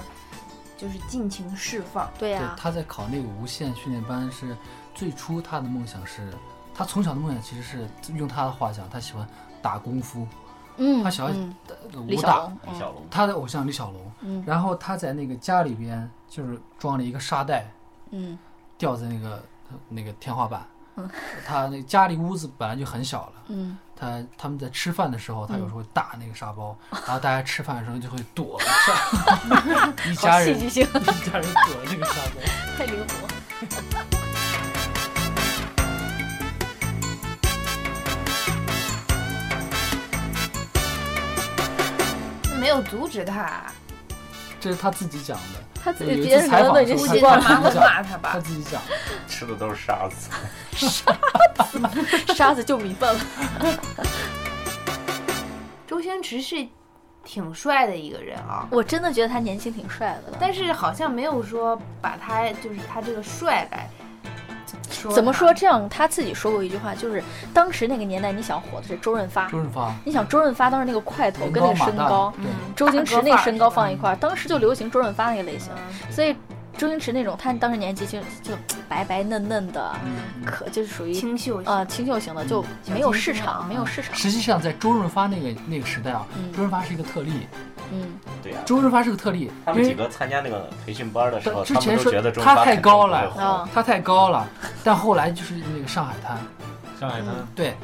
Speaker 6: 就是尽情释放。
Speaker 3: 对
Speaker 7: 对
Speaker 3: 呀、，
Speaker 7: 他在考那个无线训练班是最初他的梦想是，他从小的梦想其实是用他的话讲，他喜欢打功夫，
Speaker 3: 嗯，
Speaker 7: 他喜欢
Speaker 3: 嗯
Speaker 7: 打
Speaker 3: 李
Speaker 7: 武
Speaker 3: 小
Speaker 7: 打
Speaker 3: 龙，，
Speaker 2: 李小龙，
Speaker 7: 他的偶像李小龙。
Speaker 3: 嗯
Speaker 7: 然后他在那个家里边就是装了一个沙袋，
Speaker 3: 嗯
Speaker 7: 吊在那个那个天花板。 (laughs) 他那家里屋子本来就很小了，
Speaker 3: 嗯
Speaker 7: 他他们在吃饭的时候，他有时候打那个
Speaker 3: (laughs)
Speaker 7: 沙包，然后大家吃饭的时候就会
Speaker 3: (laughs)
Speaker 7: 躲沙，一
Speaker 3: 好
Speaker 7: 家
Speaker 3: 戏
Speaker 7: 人
Speaker 3: 剧性，
Speaker 7: 一家人躲这个沙包。
Speaker 3: 太离谱了。
Speaker 6: 没有阻止他，
Speaker 7: 这是他自己讲的，
Speaker 3: 他自
Speaker 7: 有
Speaker 3: 己
Speaker 7: 一
Speaker 3: 别人
Speaker 7: 次采
Speaker 3: 可能
Speaker 7: 访
Speaker 3: 都
Speaker 7: 的
Speaker 3: 已经
Speaker 7: 时
Speaker 6: 估
Speaker 7: 候
Speaker 6: 计
Speaker 7: 他
Speaker 6: 他
Speaker 7: 自
Speaker 6: 妈会
Speaker 7: 己讲
Speaker 6: 骂他吧
Speaker 7: 他。自己
Speaker 3: (laughs)
Speaker 7: 讲，
Speaker 2: 吃的都是沙子。
Speaker 3: (laughs) 沙子就米饭了。 (laughs)
Speaker 6: 周星驰是挺帅的一个人啊、
Speaker 3: 我真的觉得他年轻挺帅的，但
Speaker 6: 但是好像没有说把他就是他这个帅来说
Speaker 3: 怎么
Speaker 6: 他
Speaker 3: 说？这样他自己说过一句话，就是当时那个年代，你想火的是周润发
Speaker 7: 周，润发
Speaker 3: 你想周润发当时那个块头
Speaker 7: 人
Speaker 3: 跟那
Speaker 7: 高
Speaker 3: 个
Speaker 7: 马
Speaker 3: 身
Speaker 7: 大，
Speaker 3: 高，
Speaker 7: 对，
Speaker 3: 嗯周星驰那身高放一块儿，当时就流行周润发那个类型，所以周星驰那种他当时年纪就就白白嫩嫩的，
Speaker 7: 嗯
Speaker 3: 可就是属于
Speaker 6: 清秀型
Speaker 3: 啊清秀型的，就没有市场，没有市场。
Speaker 7: 实际上在周润发那个那个时代啊，
Speaker 3: 嗯
Speaker 7: 周润发是一个特例，
Speaker 3: 嗯，
Speaker 2: 对呀、
Speaker 7: 周润发是个特例，
Speaker 2: 他
Speaker 7: 因
Speaker 2: 们
Speaker 7: 为
Speaker 2: 几个参加那个培训班的时候，
Speaker 7: 之
Speaker 2: 他
Speaker 7: 前
Speaker 2: 们都
Speaker 7: 说
Speaker 2: 觉得周
Speaker 7: 他
Speaker 2: 润发
Speaker 7: 太
Speaker 2: 肯定
Speaker 7: 高
Speaker 2: 不会
Speaker 7: 了
Speaker 2: 红
Speaker 3: 啊
Speaker 7: 他太高了，但后来就是那个上海滩，
Speaker 5: 上海滩，
Speaker 7: 对，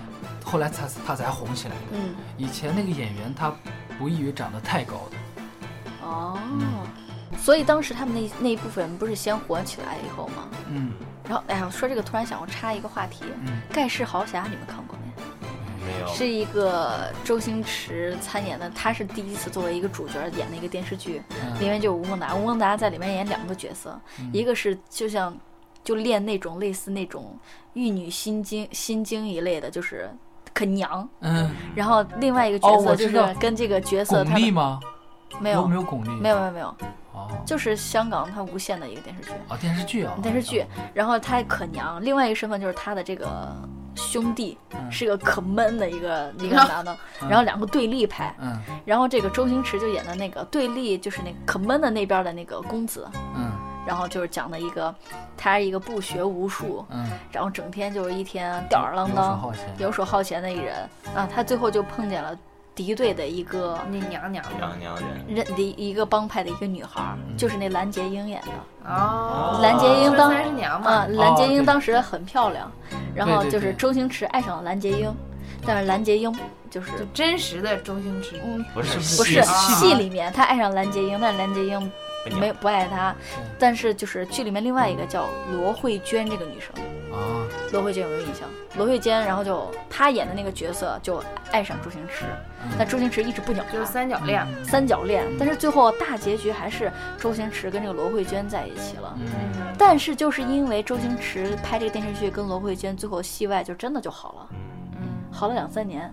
Speaker 7: 后来才他才红起来。
Speaker 3: 嗯
Speaker 7: 以前那个演员他不易于长得太高的，
Speaker 3: 哦，所以当时他们那那一部分人不是先火起来以后吗？
Speaker 7: 嗯，
Speaker 3: 然后哎呀，说这个突然想要插一个话题，
Speaker 7: 嗯
Speaker 3: 盖世豪侠》你们看过没？
Speaker 2: 没有，
Speaker 3: 是一个周星驰参演的，他是第一次作为一个主角演的一个电视剧，
Speaker 7: 嗯
Speaker 3: 里面就有吴孟达，吴孟达在里面演两个角色，一个是就像就练那种类似那种玉女心经心经一类的，就是很娘，
Speaker 7: 嗯，
Speaker 3: 然后另外一个角
Speaker 7: 哦
Speaker 3: 色
Speaker 7: 我
Speaker 3: 就
Speaker 7: 知
Speaker 3: 是
Speaker 7: 道
Speaker 3: 跟这个角色
Speaker 7: 巩
Speaker 3: 他
Speaker 7: 俐
Speaker 3: 的
Speaker 7: 吗？
Speaker 3: 没
Speaker 7: 有
Speaker 3: 有
Speaker 7: 没有巩俐？
Speaker 3: 没有没有没有，
Speaker 7: 哦
Speaker 3: 就是香港他无线的一个电视剧。
Speaker 7: 哦，电视剧啊，
Speaker 3: 电视剧，然后他可娘，另外一个身份就是他的这个兄弟，
Speaker 7: 嗯
Speaker 3: 是个可闷的一个一
Speaker 7: (laughs)
Speaker 3: 个男的，然后两个对立派，
Speaker 7: 嗯
Speaker 3: 然后这个周星驰就演的那个对立，就是那个可闷的那边的那个公子，
Speaker 7: 嗯
Speaker 3: 然后就是讲的一个，他是一个不学无术，
Speaker 7: 嗯，
Speaker 3: 然后整天就是一天吊儿郎
Speaker 7: 游手
Speaker 3: 当、
Speaker 7: 好闲，
Speaker 3: 游手好闲的一人啊，他最后就碰见了敌对的一个
Speaker 6: 那娘娘的
Speaker 2: 娘娘人，
Speaker 3: 认的一个帮派的一个女孩儿，
Speaker 7: 嗯
Speaker 3: 就是那蓝洁瑛演的。
Speaker 6: 哦，
Speaker 3: 嗯蓝洁瑛当
Speaker 6: 孙三十娘
Speaker 3: 啊
Speaker 6: 嘛，，
Speaker 3: 蓝洁
Speaker 7: 哦
Speaker 3: 瑛
Speaker 7: 对
Speaker 3: 当时很漂亮，然后
Speaker 7: 对对
Speaker 3: 就是
Speaker 7: 对
Speaker 3: 周星驰爱上了蓝洁瑛，但是蓝洁瑛就是
Speaker 6: 就真实的周星驰
Speaker 3: 呃嗯
Speaker 2: 不是
Speaker 7: 是
Speaker 3: 不
Speaker 7: 戏
Speaker 3: 是
Speaker 7: 戏
Speaker 3: 戏
Speaker 7: 里
Speaker 3: 里面他爱上蓝洁瑛，但蓝洁瑛
Speaker 2: 不娘
Speaker 3: 没有不爱他，但是就是剧里面另外一个叫罗慧娟这个女生，
Speaker 7: 啊，
Speaker 3: 罗慧娟有没有印象？罗慧娟，然后就她演的那个角色就爱上周星驰，但周星驰一直不鸟
Speaker 6: 就是
Speaker 3: 她，
Speaker 6: 三角恋，
Speaker 3: 三角恋，但是最后大结局还是周星驰跟这个罗慧娟在一起了。
Speaker 7: 嗯，
Speaker 3: 但是就是因为周星驰拍这个电视剧跟罗慧娟最后戏外就真的就好了，嗯好了两三年，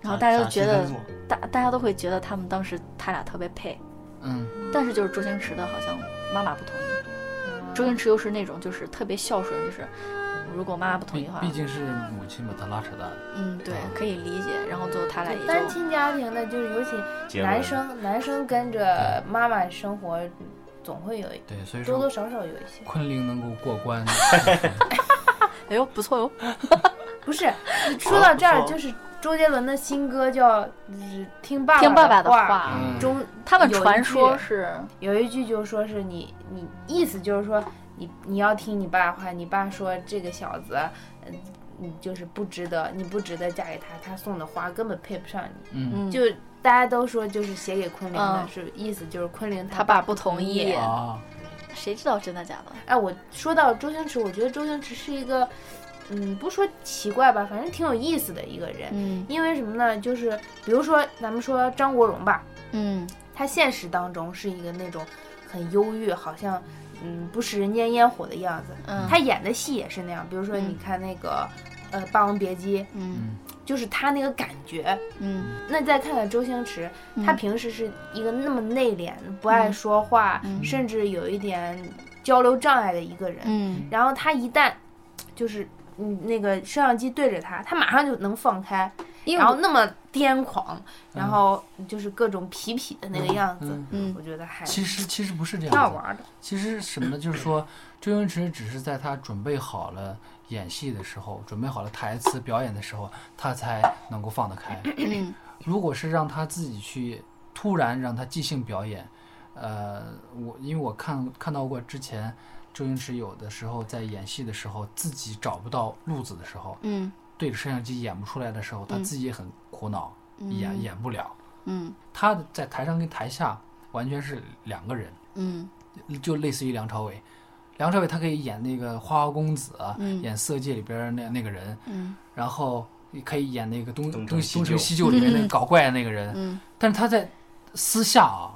Speaker 3: 然后大家都觉得
Speaker 2: 啥戏份
Speaker 3: 大大家都会觉得他们当时他俩特别配，
Speaker 7: 嗯，
Speaker 3: 但是就是周星驰的好像妈妈不同意，周星驰又是那种就是特别孝顺，就是嗯如果妈妈不同意
Speaker 7: 毕
Speaker 3: 的话，
Speaker 7: 毕竟是母亲把他拉扯大的，
Speaker 3: 嗯对可以理解，然后最后他俩也
Speaker 6: 单
Speaker 3: 就
Speaker 6: 亲家庭的，就是尤其
Speaker 2: 结
Speaker 6: 男
Speaker 2: 婚
Speaker 6: 生男生跟着妈妈生活，总会有一
Speaker 7: 对，所以
Speaker 6: 多多
Speaker 7: 说
Speaker 6: 少少有一些，
Speaker 7: 昆凌能够过
Speaker 3: (laughs)
Speaker 7: 关，
Speaker 3: 哎呦不错哟，
Speaker 6: 不
Speaker 3: (laughs)
Speaker 6: 是说到这儿
Speaker 2: 啊不错
Speaker 6: 就是周杰伦的新歌叫《嗯听爸
Speaker 3: 听爸爸的
Speaker 6: 的话》
Speaker 3: 话，
Speaker 7: 嗯
Speaker 6: 中
Speaker 3: 他们
Speaker 6: 有一
Speaker 3: 传说
Speaker 6: 句
Speaker 3: 是
Speaker 6: 有一句就说是你你意思就是说你你要听你爸的话，你爸说这个小子，嗯，你就是不值得，你不值得嫁给他，他送的花根本配不上你。
Speaker 7: 嗯，
Speaker 3: 嗯
Speaker 6: 就大家都说就是写给昆凌的，
Speaker 3: 嗯
Speaker 6: 是意思就是昆凌
Speaker 3: 他爸不同意，
Speaker 7: 啊，
Speaker 3: 谁知道真的假的？
Speaker 6: 哎，我说到周星驰，我觉得周星驰是一个，嗯，不说奇怪吧，反正挺有意思的一个人。
Speaker 3: 嗯
Speaker 6: 因为什么呢？就是比如说咱们说张国荣吧，
Speaker 3: 嗯
Speaker 6: 他现实当中是一个那种很忧郁，好像嗯不食人间烟火的样子。
Speaker 3: 嗯
Speaker 6: 他演的戏也是那样，比如说
Speaker 3: 嗯
Speaker 6: 你看那个、呃《霸王别姬》，
Speaker 3: 嗯
Speaker 6: 就是他那个感觉。
Speaker 3: 嗯
Speaker 6: 那再看看周星驰，
Speaker 3: 嗯
Speaker 6: 他平时是一个那么内敛、不爱
Speaker 3: 嗯
Speaker 6: 说话，
Speaker 3: 嗯
Speaker 6: 甚至有一点交流障碍的一个人。
Speaker 3: 嗯
Speaker 6: 然后他一旦就是嗯那个摄像机对着他，他马上就能放开，
Speaker 3: 因为
Speaker 6: 然后
Speaker 3: 我
Speaker 6: 那么癫狂，然后就是各种痞痞的那个样子，
Speaker 7: 嗯
Speaker 3: 嗯
Speaker 6: 我觉得还
Speaker 7: 其实其实不是这
Speaker 6: 挺好
Speaker 7: 样子，
Speaker 6: 玩的。
Speaker 7: 其实是什么呢？就是说周星驰只是在他准备好了演戏的时候，准备好了台词表演的时候，他才能够放得开。
Speaker 3: 嗯
Speaker 7: (clears throat) 如果是让他自己去突然让他即兴表演，呃，我因为我看看到过之前周星驰有的时候在演戏的时候，自己找不到路子的时候，
Speaker 3: 嗯
Speaker 7: 对着摄像机演不出来的时候，他
Speaker 3: 嗯
Speaker 7: 自己也很苦恼，演演不了。
Speaker 3: 嗯
Speaker 7: 他在台上跟台下完全是两个人，
Speaker 3: 嗯
Speaker 7: 就类似于梁朝伟。梁朝伟他可以演那个花花公子，啊
Speaker 3: 嗯
Speaker 7: 演《色戒》里边儿那那个人，
Speaker 3: 嗯
Speaker 7: 然后也可以演那个东
Speaker 2: 东
Speaker 7: 东
Speaker 2: 成西就
Speaker 7: 东成西就里面那
Speaker 3: (laughs)
Speaker 7: 个搞怪的那个人，
Speaker 3: 嗯
Speaker 7: 但是他在私下啊，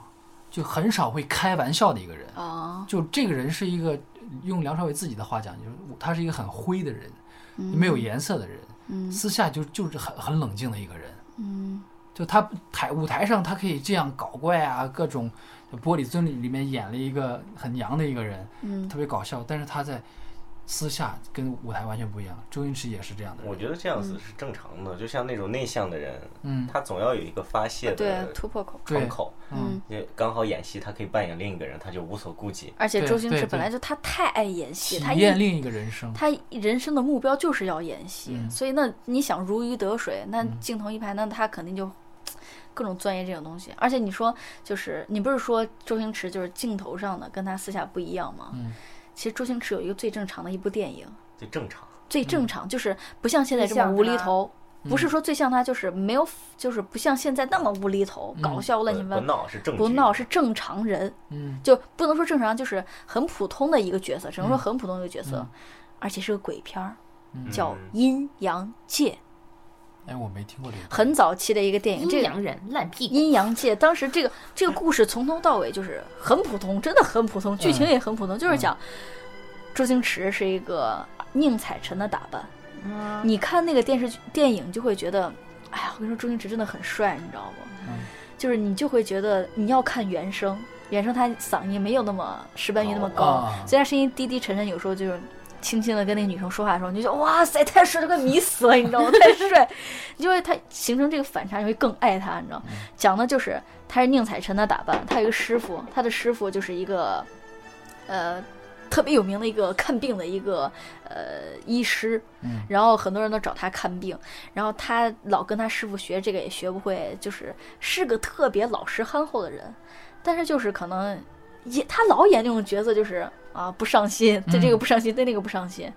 Speaker 7: 就很少会开玩笑的一个人。
Speaker 3: 啊
Speaker 7: 就这个人是一个，用梁朝伟自己的话讲，就是他是一个很灰的人，没有颜色的人，
Speaker 3: 嗯
Speaker 7: 私下就就是很很冷静的一个人。
Speaker 3: 嗯
Speaker 7: 就他台舞台上，他可以这样搞怪啊，各种玻璃樽里里面演了一个很娘的一个人，
Speaker 3: 嗯
Speaker 7: 特别搞笑。但是他在私下跟舞台完全不一样。周星驰也是这样的
Speaker 2: 我
Speaker 7: 人，
Speaker 2: 觉得这样子是正常的，就像那种内向的人，
Speaker 7: 嗯
Speaker 2: 他总要有一个发泄
Speaker 3: 对
Speaker 2: 的
Speaker 3: 突破口
Speaker 2: 窗口。
Speaker 3: 嗯。
Speaker 2: 也刚好演戏，他可以扮演另一个人，他就无所顾忌。
Speaker 3: 而且
Speaker 7: 对
Speaker 3: 周星
Speaker 7: 对
Speaker 3: 驰本
Speaker 7: 对
Speaker 3: 来就他太爱演戏，他
Speaker 7: 体
Speaker 3: 一
Speaker 7: 验另一个人生。
Speaker 3: 他人生的目标就是要演戏，
Speaker 7: 嗯
Speaker 3: 所以那你想如鱼得水，那镜头一拍，那他肯定就各种钻研这种东西。而且你说，就是你不是说周星驰就是镜头上的跟他私下不一样吗？
Speaker 7: 嗯
Speaker 3: 其实周星驰有一个最正常的一部电影，
Speaker 2: 就正常，
Speaker 3: 最正常就是不像现在这
Speaker 6: 最
Speaker 3: 么
Speaker 6: 像
Speaker 3: 无厘
Speaker 6: 他
Speaker 3: 头。
Speaker 7: 嗯
Speaker 3: 不是说最像他，就是没有，就是不像现在那么无厘头、搞笑乱七
Speaker 2: 不
Speaker 3: 八
Speaker 2: 不
Speaker 3: 糟，
Speaker 2: 闹是正
Speaker 3: 不
Speaker 2: 剧
Speaker 3: 闹是正常人。
Speaker 7: 嗯，
Speaker 3: 就不能说正常，就是很普通的一个角色，只能说很普通的一个角色，
Speaker 7: 嗯
Speaker 3: 而且是个鬼片儿，
Speaker 7: 嗯
Speaker 3: 叫《
Speaker 2: 嗯
Speaker 3: 阴阳界》，
Speaker 7: 哎，我没听过这个。
Speaker 3: 很早期的一个电哎影。这
Speaker 6: 阴
Speaker 3: 个《
Speaker 6: 阳人烂屁股，
Speaker 3: 阴阳界》当时这个这个故事从头到尾就是很普通，真的很普
Speaker 6: 嗯
Speaker 3: 通，剧情也很普通，就是讲周星驰是一个宁采臣的打扮。
Speaker 6: 嗯
Speaker 3: 你看那个电视剧电影就会觉得，哎呀，我跟你说，周星驰真的很帅，你知道吗？
Speaker 6: 嗯
Speaker 3: 就是你就会觉得你要看原声，原声他嗓音没有那么石斑鱼那么
Speaker 6: 哦
Speaker 3: 高，
Speaker 7: 啊
Speaker 3: 虽然声音低低沉沉，有时候就是轻轻的跟那女生说话的时候，你就觉得哇塞太帅了，快迷死了，你知道吗？太帅，你就会他形成这个反差，你会更爱他，你知道吗？讲的就是他是宁采臣的打扮，他有一个师傅，他的师傅就是一个呃特别有名的一个看病的一个呃医师，然后很多人都找他看病，然后他老跟他师傅学这个也学不会，就是是个特别老实憨厚的人，但是就是可能演他老演那种角色，就是啊不上心，对这个不上心，对那个不上心。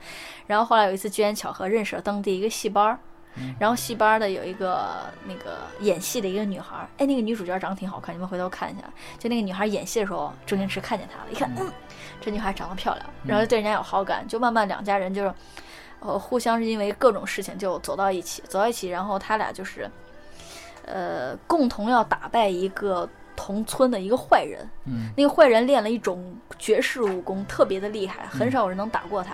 Speaker 3: 然后后来有一次机缘巧合认识了当地一个戏班儿，然后戏班儿的有一个那个演戏的一个女孩儿，哎，那个女主角长得挺好看，你们回头看一下。就那个女孩演戏的时候，周星驰看见她了，一看，嗯，这女孩长得漂亮，然后就对人家有好感，就慢慢两家人就是，呃，互相是因为各种事情就走到一起，走到一起，然后他俩就是，呃，共同要打败一个同村的一个坏人，
Speaker 7: 嗯
Speaker 3: 那个坏人练了一种绝世武功，特别的厉害，很少有人能打过他。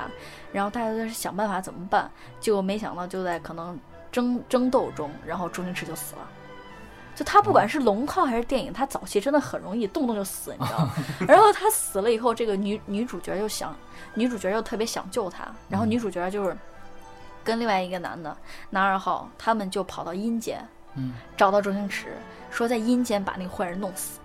Speaker 3: 然后大家都在想办法怎么办，结果没想到就在可能争争斗中，然后周星驰就死了。就他不管是龙套还是电影，他早期真的很容易动不动就死，你知道吗？ (laughs) 然后他死了以后，这个女女主角就想，女主角又特别想救他，
Speaker 7: 嗯
Speaker 3: 然后女主角就是跟另外一个男的男二号，他们就跑到阴间，
Speaker 7: 嗯，
Speaker 3: 找到周星驰，说在阴间把那个坏人弄死。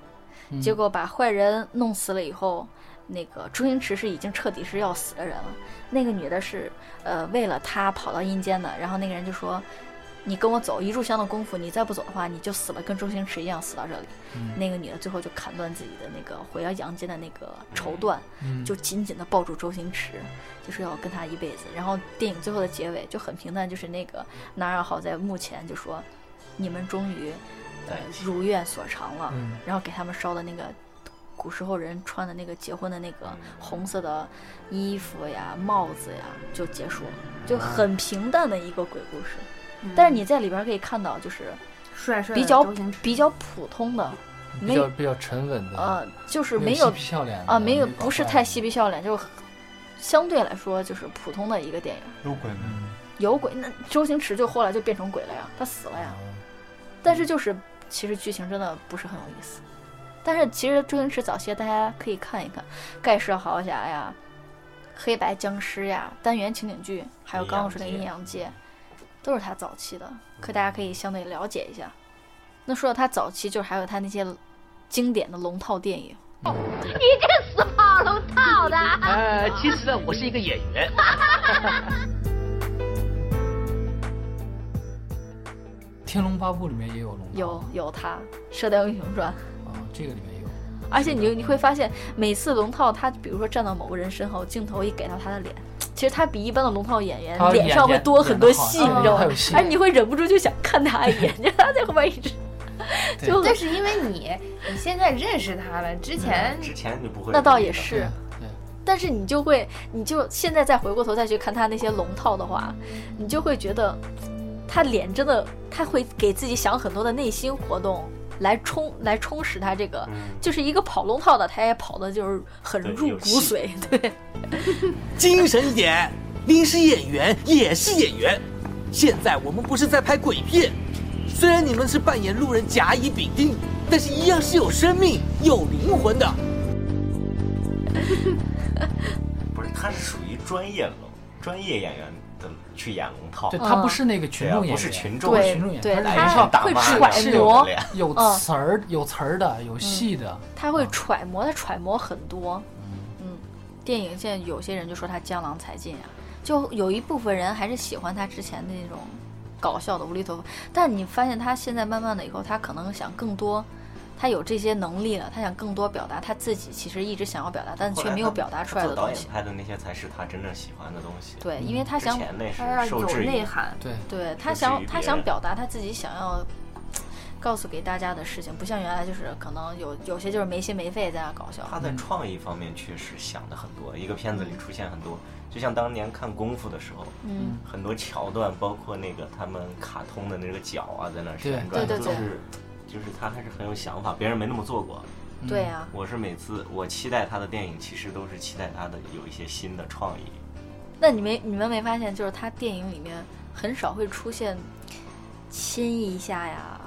Speaker 7: 嗯
Speaker 3: 结果把坏人弄死了以后，那个周星驰是已经彻底是要死的人了。那个女的是呃为了他跑到阴间的，然后那个人就说：“你跟我走，一炷香的功夫，你再不走的话，你就死了，跟周星驰一样死到这里。
Speaker 7: 嗯
Speaker 3: 那个女的最后就砍断自己的那个回到阳间的那个绸缎，
Speaker 7: 嗯
Speaker 3: 就紧紧的抱住周星驰，就是要跟他一辈子。然后电影最后的结尾就很平淡，就是那个男二号在墓前就说：“你们终于。”呃，如愿所偿了，
Speaker 7: 嗯
Speaker 3: 然后给他们烧的那个古时候人穿的那个结婚的那个
Speaker 7: 嗯
Speaker 3: 红色的衣服呀、帽子呀，就结束了，
Speaker 7: 嗯
Speaker 3: 就很平淡的一个鬼故事。但是你在里边可以看到，就是
Speaker 6: 帅帅的
Speaker 3: 比较
Speaker 6: 周星驰
Speaker 3: 比较普通的，
Speaker 7: 比
Speaker 3: 没
Speaker 7: 较比较沉稳的，
Speaker 3: 呃，就是没
Speaker 7: 没
Speaker 3: 有
Speaker 7: 嬉皮笑脸的
Speaker 3: 啊，没
Speaker 2: 嗯
Speaker 3: 有
Speaker 7: 搞
Speaker 3: 不是
Speaker 7: 怪
Speaker 3: 太
Speaker 7: 的
Speaker 3: 嬉皮笑脸，就是相对来说就是普通的一个电影。
Speaker 5: 有鬼吗？
Speaker 7: 嗯
Speaker 3: 有鬼，那周星驰就后来就变成鬼了呀，他死哎了呀。
Speaker 7: 哦
Speaker 3: 但是就是其实剧情真的不是很有意思。但是其实周星驰早期大家可以看一看，《盖世豪侠》呀，《黑白僵尸》呀，单元情景剧，还有刚刚我说的《
Speaker 2: 阴阳
Speaker 3: 阴阳界》，都是他早期的，可
Speaker 2: 嗯
Speaker 3: 大家可以相对了解一下。那说到他早期，就是还有他那些经典的龙套电影，
Speaker 9: 你这死跑龙套的！啊
Speaker 4: 呃，其实呢，我是一个演员。
Speaker 7: 《天龙八部》里面也有龙套，
Speaker 3: 有有他，《射雕英雄传》。
Speaker 7: 啊，这个里面有，
Speaker 3: 而且你就你会发现，每次龙套他比如说站到某个人身后，镜头一给到他的脸，其实他比一般的龙套演员
Speaker 7: 他
Speaker 3: 脸上会多很多戏，
Speaker 7: 演得好
Speaker 3: 你知道吗
Speaker 7: 他有戏？
Speaker 3: 而你会忍不住就想看他一眼，就他在后面一直
Speaker 7: 对
Speaker 3: 就
Speaker 6: 但是因为你你现在认识他了，之
Speaker 3: 哎
Speaker 6: 前
Speaker 2: 之前你不会。
Speaker 3: 那倒也。是。
Speaker 7: 对，
Speaker 3: 但是你就会，你就现在再回过头再去看他那些龙套的话，你就会觉得他脸真的，他会给自己想很多的内心活动来充来充实他这个，
Speaker 2: 嗯，
Speaker 3: 就是一个跑龙套的，他也跑的就是很
Speaker 2: 对
Speaker 3: 入
Speaker 2: 有
Speaker 3: 骨
Speaker 2: 戏
Speaker 3: 髓，对。
Speaker 4: 精神一点，临时演员也是演员。现在我们不是在拍鬼片，虽然你们是扮演路人甲乙丙丁，但是一样是有生命、有灵魂的。
Speaker 2: 不是，他是属于专业龙，专业演员的去演龙套
Speaker 7: 对，，他不是那个群
Speaker 2: 对啊，
Speaker 7: 众演员，
Speaker 2: 不是群众
Speaker 3: 嗯对
Speaker 2: 演
Speaker 7: 群众演员
Speaker 3: 对，
Speaker 7: 他
Speaker 2: 来
Speaker 7: 是
Speaker 3: 他嗯
Speaker 2: 上打
Speaker 3: 会
Speaker 2: 骂
Speaker 3: 揣
Speaker 2: 的那种
Speaker 3: 摩
Speaker 2: 的，呀。
Speaker 7: 有词儿、有词儿的，有
Speaker 3: 嗯
Speaker 7: 戏的，
Speaker 3: 他会揣摩，他揣摩很多。嗯，电影现在有些人就说他江郎才尽呀、啊就有一部分人还是喜欢他之前的那种搞笑的无厘头，但你发现他现在慢慢的以后，他可能想更多。他有这些能力了，他想更多表达他自己，其实一直想要表达，但 (laughs) 却没有表达出
Speaker 2: (laughs)
Speaker 3: 来的
Speaker 2: 做导
Speaker 3: 东
Speaker 2: 演
Speaker 3: 西。
Speaker 2: 拍的那些才是他真正喜欢的东西。，
Speaker 3: 对，因为他
Speaker 2: 之
Speaker 3: 想
Speaker 2: 前那
Speaker 6: 他要
Speaker 2: 是受
Speaker 6: 有
Speaker 2: 制于
Speaker 6: 内涵，
Speaker 7: 对，
Speaker 3: 对他
Speaker 2: 至
Speaker 3: 想
Speaker 2: 于
Speaker 3: 他
Speaker 2: 别
Speaker 3: 想
Speaker 2: 人
Speaker 3: 表达他自己想要告诉给大家的事情，不像原来就是可能有有些就是没心没肺在那搞笑。
Speaker 2: 他在创意方面确实想的很多，一个片子里出现很多，就像当年看《功夫》的时候，
Speaker 3: 嗯，
Speaker 2: 很多桥段，包括那个他们卡通的那个脚啊，在那儿旋转，
Speaker 3: 对对
Speaker 2: 都
Speaker 3: 对
Speaker 2: 是就是他还是很有想法，别人没那么做过。
Speaker 3: 对啊呀、
Speaker 2: 我是每次我期待他的电影，其实都是期待他的有一些新的创意。
Speaker 3: 那你没你们没发现，就是他电影里面很少会出现亲一下呀，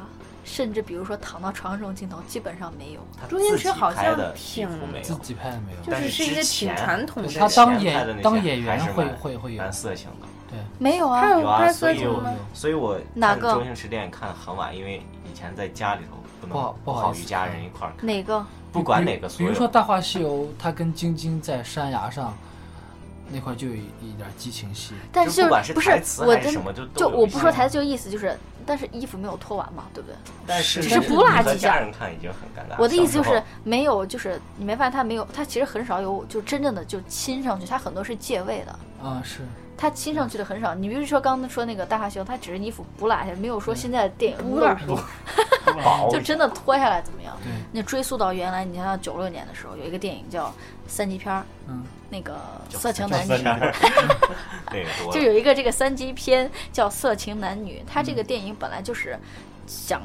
Speaker 3: 甚至比如说躺到床上这种镜头基本上没有。
Speaker 2: 他
Speaker 6: 周星
Speaker 2: 自
Speaker 6: 驰
Speaker 2: 己
Speaker 6: 好
Speaker 2: 拍
Speaker 6: 像
Speaker 2: 的
Speaker 6: 挺
Speaker 2: 几乎没
Speaker 7: 自
Speaker 2: 有，
Speaker 7: 己拍的没有，
Speaker 6: 就
Speaker 2: 但
Speaker 6: 是
Speaker 2: 是
Speaker 6: 是一
Speaker 2: 之
Speaker 6: 个挺
Speaker 2: 前
Speaker 6: 传统的
Speaker 7: 他
Speaker 6: 人。
Speaker 7: 当
Speaker 2: 前
Speaker 7: 演
Speaker 2: 拍的那些
Speaker 7: 当演员
Speaker 2: 还是
Speaker 7: 会
Speaker 2: 蛮
Speaker 7: 会会有
Speaker 2: 蛮色情的。
Speaker 3: 没有
Speaker 6: 他
Speaker 3: 啊，
Speaker 6: 有
Speaker 2: 有啊，
Speaker 6: 拍
Speaker 2: 所
Speaker 6: 色
Speaker 2: 以
Speaker 6: 情吗
Speaker 2: 我？所以我
Speaker 3: 哪
Speaker 2: 看
Speaker 3: 个
Speaker 2: 周星驰电影看很晚，因为以前在家里头不
Speaker 7: 不好
Speaker 2: 能
Speaker 7: 不好
Speaker 2: 与
Speaker 7: 思
Speaker 2: 家
Speaker 7: 考
Speaker 2: 人一块儿看，
Speaker 3: 哪个？
Speaker 2: 不管哪个，
Speaker 7: 比
Speaker 2: 所
Speaker 7: 如
Speaker 2: 有
Speaker 7: 说《大话西游》，他跟晶晶在山崖上那块就有一点激情戏，
Speaker 3: 但
Speaker 2: 就是
Speaker 3: 就
Speaker 2: 不管是
Speaker 3: 不
Speaker 2: 台词
Speaker 3: 我
Speaker 2: 还是
Speaker 3: 真
Speaker 2: 什么就都
Speaker 3: 就
Speaker 2: 有
Speaker 3: 我
Speaker 2: 一
Speaker 3: 不
Speaker 2: 些
Speaker 3: 说台词，就意思就是，但是衣服没有脱完嘛，对不对？
Speaker 2: 但是
Speaker 3: 只
Speaker 7: 是
Speaker 2: 你
Speaker 7: 不
Speaker 3: 落
Speaker 2: 和
Speaker 3: 几
Speaker 2: 家
Speaker 3: 下
Speaker 2: 人看已经很尴尬。
Speaker 3: 我的意思
Speaker 2: 啊小
Speaker 3: 就
Speaker 2: 时候
Speaker 3: 是没有，就是你没发现他没有，他其实很少有就真正的就亲上去，他很多是借位的。
Speaker 7: 啊是，
Speaker 3: 他亲上去的很少，你比如说刚才说那个大话西游，他只是衣服补拉一下，
Speaker 2: 嗯
Speaker 3: 没有说现在的电影
Speaker 6: 不
Speaker 3: 露出
Speaker 2: 薄
Speaker 3: 就真的脱下来怎么样？
Speaker 7: 对，
Speaker 3: 那追溯到原来，你想想九六年的时候，有一个电影叫三级片儿，
Speaker 7: 嗯，
Speaker 3: 那个《
Speaker 2: 叫
Speaker 3: 色情
Speaker 2: 叫
Speaker 3: 男女
Speaker 2: 色》， (laughs) 那个多
Speaker 3: 就
Speaker 2: 了
Speaker 3: 有一个这个三级片叫《色情男女》，它
Speaker 7: 嗯
Speaker 3: 这个电影本来就是想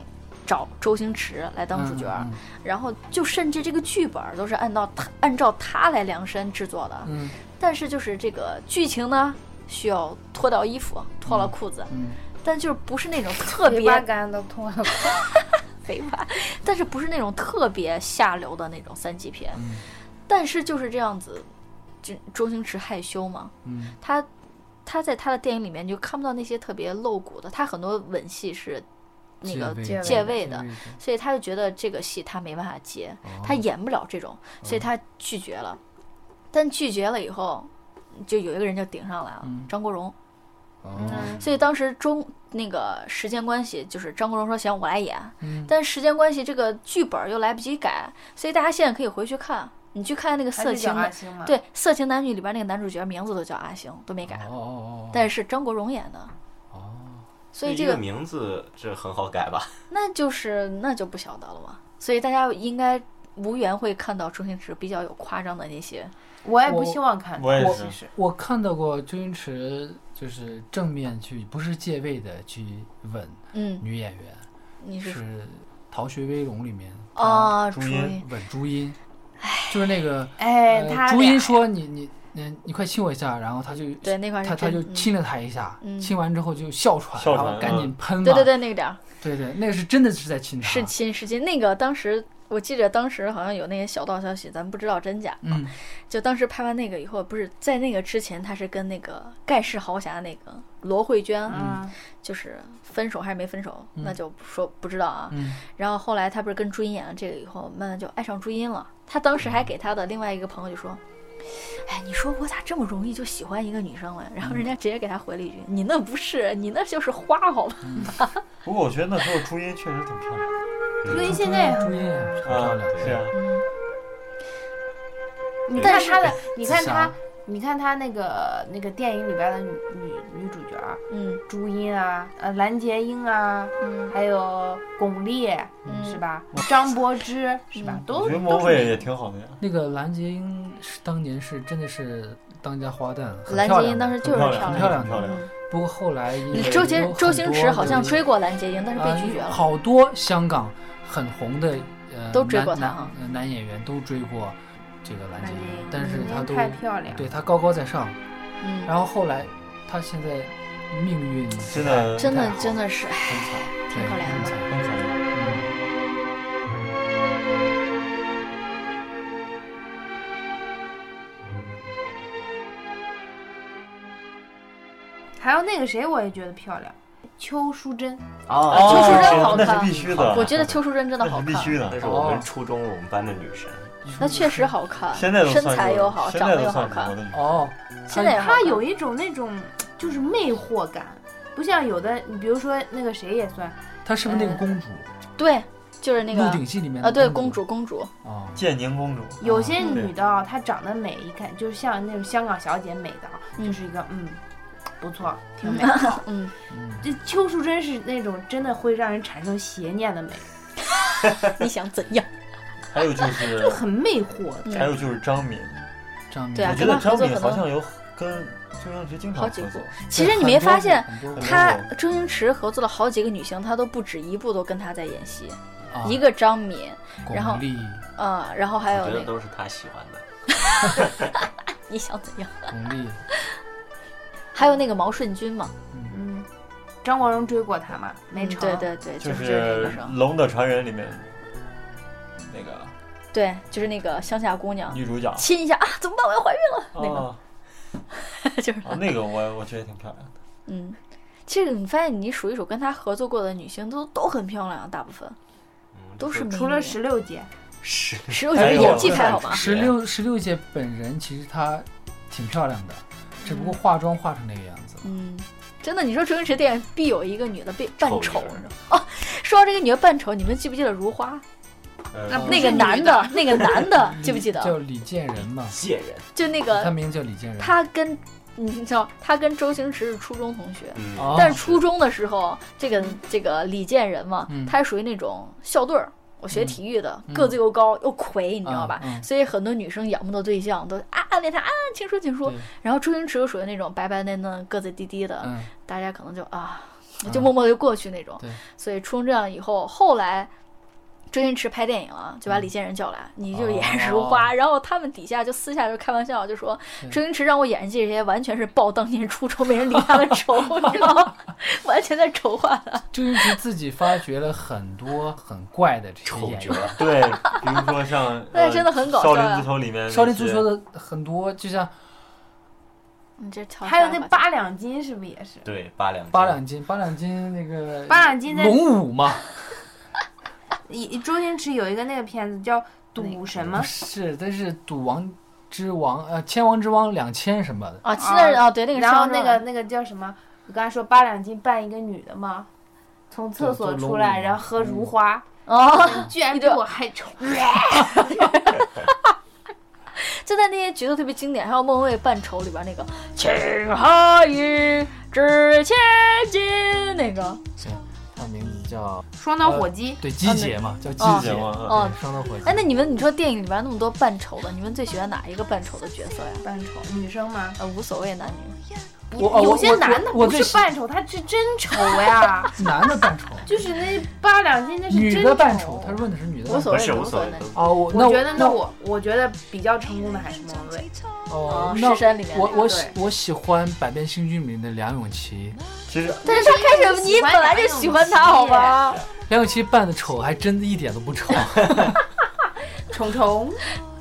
Speaker 3: 找周星驰来当主角，
Speaker 7: 嗯
Speaker 3: 然后就甚至这个剧本都是按照他按照他来量身制作的，
Speaker 7: 嗯
Speaker 3: 但是就是这个剧情呢需要脱掉衣服，脱了裤子，
Speaker 7: 嗯
Speaker 3: 但就是不是那种特
Speaker 6: 尾巴
Speaker 3: 别
Speaker 6: 杆都脱了，
Speaker 3: (laughs) 肥吧，但是不是那种特别下流的那种三级片，
Speaker 7: 嗯
Speaker 3: 但是就是这样子，就周星驰害羞嘛，
Speaker 7: 嗯
Speaker 3: 他他在他的电影里面你就看不到那些特别露骨的，他很多吻戏是那个
Speaker 7: 借
Speaker 3: 借
Speaker 7: 位
Speaker 6: 借
Speaker 3: 位的，所以他就觉得这个戏他没办法接，
Speaker 7: 哦
Speaker 3: 他演不了这种，所以他拒绝了。但拒绝了以后，就有一个人就顶上来了，
Speaker 7: 嗯
Speaker 3: 张国荣。
Speaker 7: 哦
Speaker 3: 所以当时中那个时间关系，就是张国荣说行，我来演，
Speaker 7: 嗯
Speaker 3: 但时间关系，这个剧本又来不及改，所以大家现在可以回去看，你去看那个色情的
Speaker 6: 男，星
Speaker 7: 啊
Speaker 6: 嘛，
Speaker 3: 对《色情男女》里边那个男主角名字都叫阿星，都没改，
Speaker 7: 哦哦哦，
Speaker 3: 但是张国荣演的，
Speaker 7: 哦
Speaker 3: 所以
Speaker 2: 这
Speaker 3: 这
Speaker 2: 一个
Speaker 3: 个
Speaker 2: 名字这很好改吧？
Speaker 3: 那就是那就不晓得了嘛。所以大家应该无缘会看到周星驰比较有夸张的那些，
Speaker 6: 我也
Speaker 7: 我
Speaker 6: 不希望看。
Speaker 5: 我也
Speaker 6: 其实
Speaker 7: 我看到过周星驰就是正面去不是借位的去吻
Speaker 3: 嗯，
Speaker 7: 女演员，
Speaker 3: 你是
Speaker 7: 是《逃学威龙》里面
Speaker 3: 啊，
Speaker 5: 朱
Speaker 3: 朱
Speaker 5: 茵
Speaker 3: 茵，
Speaker 7: 吻朱茵，就是那个
Speaker 6: 哎，
Speaker 7: 呃
Speaker 6: 他
Speaker 7: 朱
Speaker 6: 俩
Speaker 7: 茵说你你嗯你快亲我一下，然后他就
Speaker 3: 对那块儿是
Speaker 7: 他他
Speaker 3: 真
Speaker 7: 就
Speaker 3: 嗯
Speaker 7: 亲了他一下，
Speaker 3: 嗯
Speaker 7: 亲完之后就哮喘，
Speaker 5: 哮
Speaker 7: 然
Speaker 5: 喘
Speaker 7: 后赶
Speaker 5: 嗯
Speaker 7: 紧喷嘛，啊
Speaker 3: 对对对，那个点儿
Speaker 7: 对对那个是真的是在亲他，
Speaker 3: 是亲是亲，那个当时。我记着当时好像有那些小道消息，咱不知道真假。
Speaker 7: 嗯
Speaker 3: 就当时拍完那个以后，不是在那个之前，他是跟那个盖世豪侠那个罗慧娟，
Speaker 6: 嗯
Speaker 3: 就是分手还是没分手，
Speaker 7: 啊嗯
Speaker 3: 那就不说不知道啊。
Speaker 7: 嗯
Speaker 3: 然后后来他不是跟朱茵演了这个以后，慢慢就爱上朱茵了。他当时还给他的另外一个朋友就说：“哎，你说我咋这么容易就喜欢一个女生了？”然后人家直接给他回了一句：“你那不是，你那就是花好吧
Speaker 5: 不过我觉得那时候朱茵确实挺漂亮的。
Speaker 6: 朱茵现在也很
Speaker 7: 朱茵也很漂
Speaker 5: 啊
Speaker 7: 亮，
Speaker 5: 对啊，
Speaker 6: 你看
Speaker 3: 是
Speaker 6: 她的，你看
Speaker 7: 紫
Speaker 6: 她
Speaker 7: 霞，
Speaker 6: 你看她那个那个电影里边的女女女主角儿，？”
Speaker 3: 嗯
Speaker 6: 朱茵啊，呃，蓝洁瑛啊，
Speaker 3: 嗯，
Speaker 6: 还有巩俐
Speaker 3: 嗯
Speaker 6: 是吧？张柏芝是吧？
Speaker 5: 我
Speaker 6: 都
Speaker 5: 觉得
Speaker 6: 都
Speaker 5: 莫蔚也
Speaker 6: 是
Speaker 5: 挺好的呀。
Speaker 7: 那个蓝洁瑛是当年是真的是当家花旦，很
Speaker 3: 嗯蓝洁
Speaker 7: 漂亮
Speaker 3: 瑛当时就是
Speaker 5: 很漂
Speaker 3: 漂
Speaker 5: 亮，
Speaker 7: 很
Speaker 5: 很漂
Speaker 3: 亮。
Speaker 7: 漂亮
Speaker 5: 亮。
Speaker 7: 不过后来因
Speaker 3: 你
Speaker 7: 为
Speaker 3: 周杰
Speaker 7: 有很
Speaker 3: 周星驰
Speaker 7: 多
Speaker 3: 好像
Speaker 7: 的
Speaker 3: 追过蓝洁瑛，但是被拒绝
Speaker 7: 呃
Speaker 3: 了。
Speaker 7: 好多香港很红的呃
Speaker 3: 都追过
Speaker 7: 男
Speaker 3: 她哈
Speaker 7: 男呃男演员都追过这个蓝洁
Speaker 6: 蓝洁
Speaker 7: 瑛
Speaker 6: 瑛，
Speaker 7: 但是
Speaker 6: 因
Speaker 7: 她
Speaker 6: 为
Speaker 7: 都
Speaker 6: 太漂亮，
Speaker 7: 对她高高在上，
Speaker 3: 嗯，
Speaker 7: 然后后来她现在命运
Speaker 5: 真的
Speaker 3: 真的
Speaker 7: 太好
Speaker 3: 真的是，哎
Speaker 7: 很惨，
Speaker 3: 挺可怜的
Speaker 7: 的。
Speaker 5: 很可爱
Speaker 7: 嗯
Speaker 6: 还有那个谁，我也觉得漂亮，邱淑贞，
Speaker 2: 啊
Speaker 3: 邱淑贞
Speaker 5: 哦
Speaker 3: 好看
Speaker 5: 那是必须的，
Speaker 3: 我觉得邱淑贞真的
Speaker 5: 那
Speaker 3: 好
Speaker 5: 是
Speaker 3: 看
Speaker 5: 必。须的
Speaker 2: 那。
Speaker 7: 哦
Speaker 2: 是我们初中我们班的女神，
Speaker 3: 那确实好看，
Speaker 5: 现在都
Speaker 3: 身
Speaker 5: 算
Speaker 3: 材
Speaker 5: 是
Speaker 3: 又好，
Speaker 5: 现
Speaker 3: 长
Speaker 5: 在
Speaker 3: 得
Speaker 5: 都
Speaker 3: 又
Speaker 5: 算
Speaker 3: 好
Speaker 5: 是我
Speaker 3: 看，
Speaker 5: 的女神。
Speaker 7: 哦，
Speaker 3: 现在也好
Speaker 6: 她
Speaker 3: 看
Speaker 6: 有一种那种就是魅惑感，不像有的，你比如说那个谁也算，
Speaker 3: 哦
Speaker 7: 她是不是那个公主？
Speaker 3: 对，就是呃那
Speaker 7: 鹿
Speaker 3: 个
Speaker 7: 鼎记》里面的
Speaker 3: 啊，对，
Speaker 7: 公
Speaker 3: 公主公主，
Speaker 7: 啊，
Speaker 5: 建宁公主，
Speaker 6: 有些
Speaker 3: 嗯
Speaker 5: 对
Speaker 6: 女的啊她长得美，一看就是像那种香港小姐美的啊，
Speaker 3: 嗯
Speaker 6: 就是一个嗯，不错，挺美的。
Speaker 3: 嗯，
Speaker 7: 嗯
Speaker 6: 这邱淑贞是那种真的会让人产生邪念的美，
Speaker 3: 你想怎样？
Speaker 5: 还有就是
Speaker 3: (laughs)
Speaker 6: 就很魅惑的。
Speaker 3: 嗯
Speaker 5: 还有就是张敏，
Speaker 7: 张敏
Speaker 3: 对啊
Speaker 5: 我觉
Speaker 3: 跟
Speaker 5: 得
Speaker 3: 她
Speaker 5: 张
Speaker 3: 合作
Speaker 5: 敏
Speaker 3: 很
Speaker 5: 好
Speaker 3: 多
Speaker 5: 像有跟周星驰经常
Speaker 3: 好
Speaker 5: 合
Speaker 3: 几部
Speaker 5: 作，
Speaker 3: 其实你没发现，
Speaker 7: 很多很多
Speaker 3: 他周星驰合作了好几个女星，他都不止一部都跟他在演戏，
Speaker 7: 啊
Speaker 3: 一个张敏，
Speaker 7: 巩
Speaker 3: 然后
Speaker 7: 俐，
Speaker 3: 啊，然后还
Speaker 2: 我
Speaker 3: 有
Speaker 2: 觉得
Speaker 3: 那个
Speaker 2: 都是她喜欢的。
Speaker 3: 你想怎样？
Speaker 7: 巩俐，
Speaker 3: 还有那个毛舜筠嘛，
Speaker 6: 嗯，张国荣追过她嘛，没
Speaker 3: 嗯
Speaker 6: 成。
Speaker 3: 对对对，就是这
Speaker 5: 是
Speaker 3: 个时候
Speaker 2: 嗯
Speaker 5: 《龙的传人》里面那个
Speaker 3: 对，就是那个乡下姑娘，
Speaker 5: 女主角
Speaker 3: 亲一下啊，怎么办？我要怀孕 (laughs) 那个
Speaker 5: 啊，
Speaker 3: 了，就是
Speaker 5: 啊那个我我觉得挺漂亮的。
Speaker 3: 嗯。
Speaker 2: (laughs)
Speaker 3: 其实你发现，你数一数跟他合作过的女星都都很漂亮，大部分
Speaker 2: 嗯，
Speaker 3: 都是
Speaker 6: 除了
Speaker 3: 十
Speaker 6: 十六姐，
Speaker 7: 十
Speaker 3: 十六姐哎演技派好吗？
Speaker 7: 十六十六姐本人其实她挺漂亮的，只不过化妆化成那个样子了。
Speaker 3: 嗯，真的，你说周星驰电影必有一个女的被扮
Speaker 2: 丑
Speaker 3: 丑
Speaker 2: 一点，
Speaker 3: 哦。说到这个女的扮丑，你们记不记得如花
Speaker 2: 呃，
Speaker 3: 那个男的？那个男的
Speaker 7: (laughs)
Speaker 3: 记不记
Speaker 7: 嗯叫
Speaker 3: 得？
Speaker 7: 李建仁嘛，
Speaker 2: 贱人，
Speaker 3: 就那
Speaker 7: 他
Speaker 3: 个
Speaker 7: 名字叫李建仁。
Speaker 3: 他跟你知道，他跟周星驰是初中同学。
Speaker 2: 嗯，
Speaker 7: 哦
Speaker 3: 但是初中的时候，这个这个李建仁嘛，
Speaker 7: 嗯
Speaker 3: 他是属于那种校队儿。我学体育的，
Speaker 7: 嗯
Speaker 3: 个子又高又魁，你知道吧？
Speaker 7: 嗯嗯
Speaker 3: 所以很多女生仰慕的对象都啊暗恋他啊，情书情书
Speaker 7: 对。
Speaker 3: 然后周星驰又属于那种白白嫩嫩、个子低低的，
Speaker 7: 嗯，
Speaker 3: 大家可能就啊，
Speaker 7: 嗯
Speaker 3: 就默默就过去那种。
Speaker 7: 对
Speaker 3: 所以初中这样以后，后来周星驰拍电影了，就把李建仁叫来，你就演
Speaker 7: 哦
Speaker 3: 如花。然后他们底下就私下就开玩笑，就说
Speaker 7: 对
Speaker 3: 周星驰让我演这些，完全是报当年初中没人理他的仇，你知道吗？ (laughs) 完全在丑化他。
Speaker 7: 周星驰自己发掘了很多很怪的这些
Speaker 2: 丑
Speaker 7: 演
Speaker 2: 角
Speaker 7: 员。
Speaker 5: 对，比如说
Speaker 3: (laughs)
Speaker 5: 像
Speaker 3: 那
Speaker 5: 呃
Speaker 3: 真的很搞笑啊
Speaker 5: 少
Speaker 3: 呀
Speaker 5: 林足球里面那些，
Speaker 7: 少林足球的很多，就像
Speaker 3: 你这瞧
Speaker 6: 还有那
Speaker 3: 啥吧
Speaker 6: 八两金是不是也是？
Speaker 2: 对，八两
Speaker 7: 八两金，八两金那个
Speaker 6: 八两金在
Speaker 7: 龙武嘛，
Speaker 6: 一周星驰有一个那个片子叫《赌什么
Speaker 7: 不》，是，但是赌王之王，呃，千王之王两千什么的，
Speaker 3: 啊，现在啊，对那个
Speaker 6: 然后
Speaker 3: 商
Speaker 6: 那
Speaker 3: 人
Speaker 6: 个那个叫什么？我刚才说八两金扮一个女的嘛，从厕
Speaker 7: 对
Speaker 6: 所
Speaker 7: 就
Speaker 6: 出
Speaker 7: 龙
Speaker 6: 来，
Speaker 7: 女
Speaker 6: 然后
Speaker 7: 嘛
Speaker 6: 喝如
Speaker 7: 嗯
Speaker 6: 花，
Speaker 3: 哦，
Speaker 6: 居然比
Speaker 3: 一顿
Speaker 6: 我还 (laughs) 丑。
Speaker 3: 就在那些角色特别经典，还有莫文蔚扮丑里边那个“情何以值千金”那个，
Speaker 7: 他名字叫
Speaker 6: 双刀火鸡，
Speaker 7: 对鸡姐嘛，叫
Speaker 3: 哦
Speaker 7: 鸡姐
Speaker 5: 姐嘛嗯
Speaker 3: 哦
Speaker 7: 对双头火鸡。
Speaker 3: 哎，那你们你说电影里边那么多扮丑的，你们最喜欢哪一个扮丑的角色呀？
Speaker 6: 扮丑女生吗？
Speaker 3: 呃，无所谓男女，
Speaker 6: 不
Speaker 7: 我哦
Speaker 6: 有
Speaker 7: 我
Speaker 6: 些
Speaker 7: 我
Speaker 6: 男的
Speaker 7: 我
Speaker 6: 不
Speaker 7: 最
Speaker 6: 是
Speaker 7: 喜
Speaker 6: 扮丑，他是真丑 (laughs) 呀。
Speaker 7: 男的扮丑，
Speaker 6: 就是那八两金，那是
Speaker 7: 女
Speaker 6: 真
Speaker 7: 的扮丑，他问的是女的
Speaker 3: 无
Speaker 7: 扮
Speaker 2: 不
Speaker 3: 所
Speaker 7: 丑。
Speaker 3: 谓
Speaker 2: 是
Speaker 3: 的，
Speaker 2: 无
Speaker 3: 无
Speaker 2: 所
Speaker 3: 所
Speaker 2: 谓
Speaker 3: 谓的。，
Speaker 7: 哦，我
Speaker 6: 我觉得那
Speaker 7: 那
Speaker 6: 我我觉得比较成功的还是莫文蔚，
Speaker 7: 哦
Speaker 3: 哦，
Speaker 7: 那
Speaker 3: 狮身里面
Speaker 7: 我
Speaker 3: 那个
Speaker 7: 我
Speaker 6: 对
Speaker 7: 喜我喜欢《百变星君》里面的梁咏琪，
Speaker 5: 其实
Speaker 3: 但是他开始，
Speaker 6: 你喜
Speaker 3: 你
Speaker 6: 欢
Speaker 3: 本来就喜欢他，好吗？
Speaker 7: 梁咏琪扮的丑还真的一点都不
Speaker 2: (laughs)
Speaker 7: 丑。
Speaker 6: 虫虫